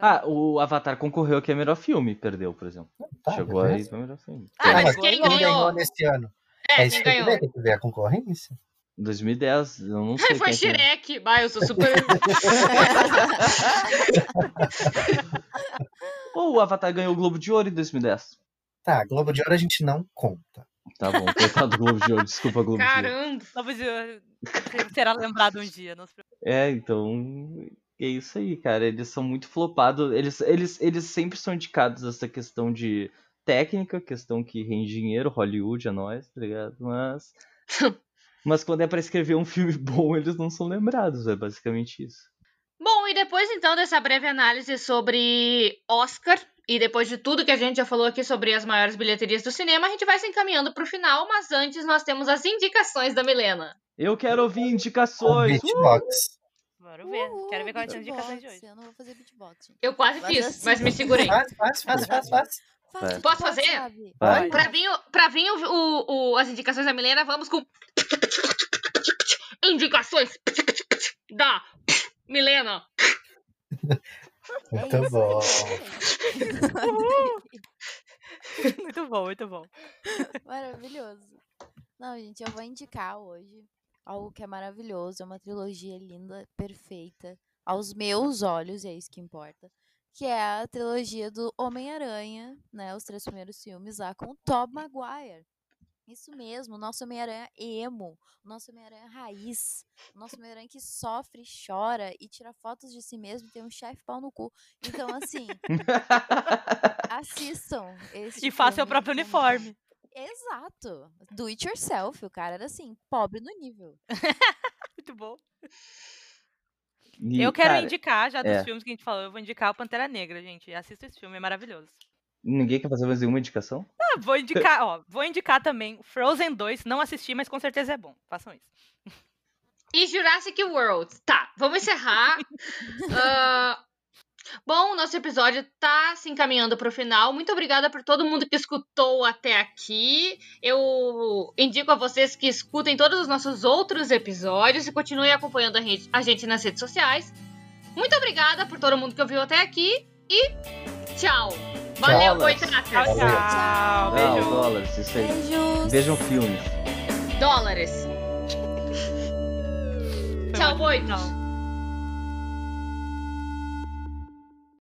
[SPEAKER 4] Ah, o Avatar concorreu aqui a melhor filme, perdeu, por exemplo.
[SPEAKER 6] Tá,
[SPEAKER 4] Chegou
[SPEAKER 6] beleza. Tá,
[SPEAKER 4] aí pra melhor filme.
[SPEAKER 3] Ah,
[SPEAKER 6] mas
[SPEAKER 3] mas
[SPEAKER 6] quem
[SPEAKER 3] quem
[SPEAKER 6] ganhou,
[SPEAKER 2] ganhou?
[SPEAKER 6] nesse ano?
[SPEAKER 2] É,
[SPEAKER 6] isso
[SPEAKER 2] quem
[SPEAKER 6] né? que tem que
[SPEAKER 2] ganhou?
[SPEAKER 6] ver, tem que ver a concorrência.
[SPEAKER 4] 2010, eu não sei
[SPEAKER 2] Foi
[SPEAKER 4] quem que é.
[SPEAKER 2] Shrek. Bah, eu sou super.
[SPEAKER 4] Ou o Avatar ganhou o Globo de Ouro em 2010.
[SPEAKER 6] Tá, Globo de Ouro a gente não conta.
[SPEAKER 4] Tá bom, coitado do Globo de Ouro, desculpa, Globo de Ouro.
[SPEAKER 2] Caramba.
[SPEAKER 3] Talvez eu- você será lembrado um dia. Não se preocupe.
[SPEAKER 4] É, então... É isso aí, cara, eles são muito flopados, eles, eles, eles sempre são indicados essa questão de técnica, questão que rende dinheiro, Hollywood é nóis, tá ligado? Mas... Mas quando é pra escrever um filme bom, eles não são lembrados, é basicamente isso.
[SPEAKER 2] Bom, e depois então dessa breve análise sobre Oscar e depois de tudo que a gente já falou aqui sobre as maiores bilheterias do cinema, a gente vai se encaminhando pro final, mas antes nós temos as indicações da Milena.
[SPEAKER 4] Eu quero ouvir
[SPEAKER 6] O
[SPEAKER 4] indicações! Uh!
[SPEAKER 6] Beatbox.
[SPEAKER 3] Vamos ver. Quero
[SPEAKER 2] é
[SPEAKER 3] ver quais são as indicações de hoje.
[SPEAKER 5] Eu não vou fazer beatbox, gente.
[SPEAKER 2] Eu quase
[SPEAKER 5] Mas
[SPEAKER 2] fiz,
[SPEAKER 5] assim-
[SPEAKER 2] mas me segurei.
[SPEAKER 6] Faz, faz, faz, faz, faz.
[SPEAKER 5] Faz
[SPEAKER 4] Vai.
[SPEAKER 5] beatbox,
[SPEAKER 2] Posso fazer?
[SPEAKER 5] sabe? É
[SPEAKER 4] Vai.
[SPEAKER 2] Pra vir, o- pra vir o- o- o- as indicações da Milena, vamos com. Indicações da Milena.
[SPEAKER 5] É
[SPEAKER 6] Muito
[SPEAKER 5] isso,
[SPEAKER 6] bom.
[SPEAKER 5] gente.
[SPEAKER 3] Muito bom, muito bom.
[SPEAKER 5] Maravilhoso. Não, gente, eu vou indicar hoje algo que é maravilhoso, é uma trilogia linda, perfeita, aos meus olhos, e é isso que importa, que é a trilogia do Homem-Aranha, né, os três primeiros filmes lá com o Tobey Maguire. Isso mesmo, o nosso Homem-Aranha emo, o nosso Homem-Aranha raiz, o nosso Homem-Aranha que sofre, chora e tira fotos de si mesmo, e tem um chefe pau no cu. Então, assim, assistam este
[SPEAKER 3] E faça o
[SPEAKER 5] filme,
[SPEAKER 3] próprio
[SPEAKER 5] que é muito
[SPEAKER 3] uniforme.
[SPEAKER 5] Exato. Do it yourself. O cara era assim, pobre no nível.
[SPEAKER 3] Muito bom.
[SPEAKER 4] E,
[SPEAKER 3] eu quero
[SPEAKER 4] cara,
[SPEAKER 3] indicar, já dos
[SPEAKER 4] é.
[SPEAKER 3] filmes que a gente falou, eu vou indicar o Pantera Negra, gente. Assista esse filme, é maravilhoso.
[SPEAKER 4] Ninguém quer fazer mais nenhuma indicação?
[SPEAKER 3] Ah, vou indicar, ó, vou indicar também Frozen 2, não assisti, mas com certeza é bom. Façam isso.
[SPEAKER 2] E Jurassic World. Tá, vamos encerrar. Ah, bom, o nosso episódio tá se encaminhando pro final. Muito obrigada por todo mundo que escutou até aqui. Eu indico a vocês que escutem todos os nossos outros episódios e continuem acompanhando a gente, a gente nas redes sociais. Muito obrigada por todo mundo que ouviu até aqui e tchau. Valeu,
[SPEAKER 4] Tchau,
[SPEAKER 3] Tchau,
[SPEAKER 2] boitratas.
[SPEAKER 6] Valeu.
[SPEAKER 3] tchau.
[SPEAKER 4] Ah,
[SPEAKER 3] Beijo.
[SPEAKER 4] o dólares, isso aí.
[SPEAKER 5] Beijos.
[SPEAKER 4] Vejam filmes.
[SPEAKER 2] Dólares.
[SPEAKER 3] Foi
[SPEAKER 2] Tchau,
[SPEAKER 3] ótimo.
[SPEAKER 2] boitas.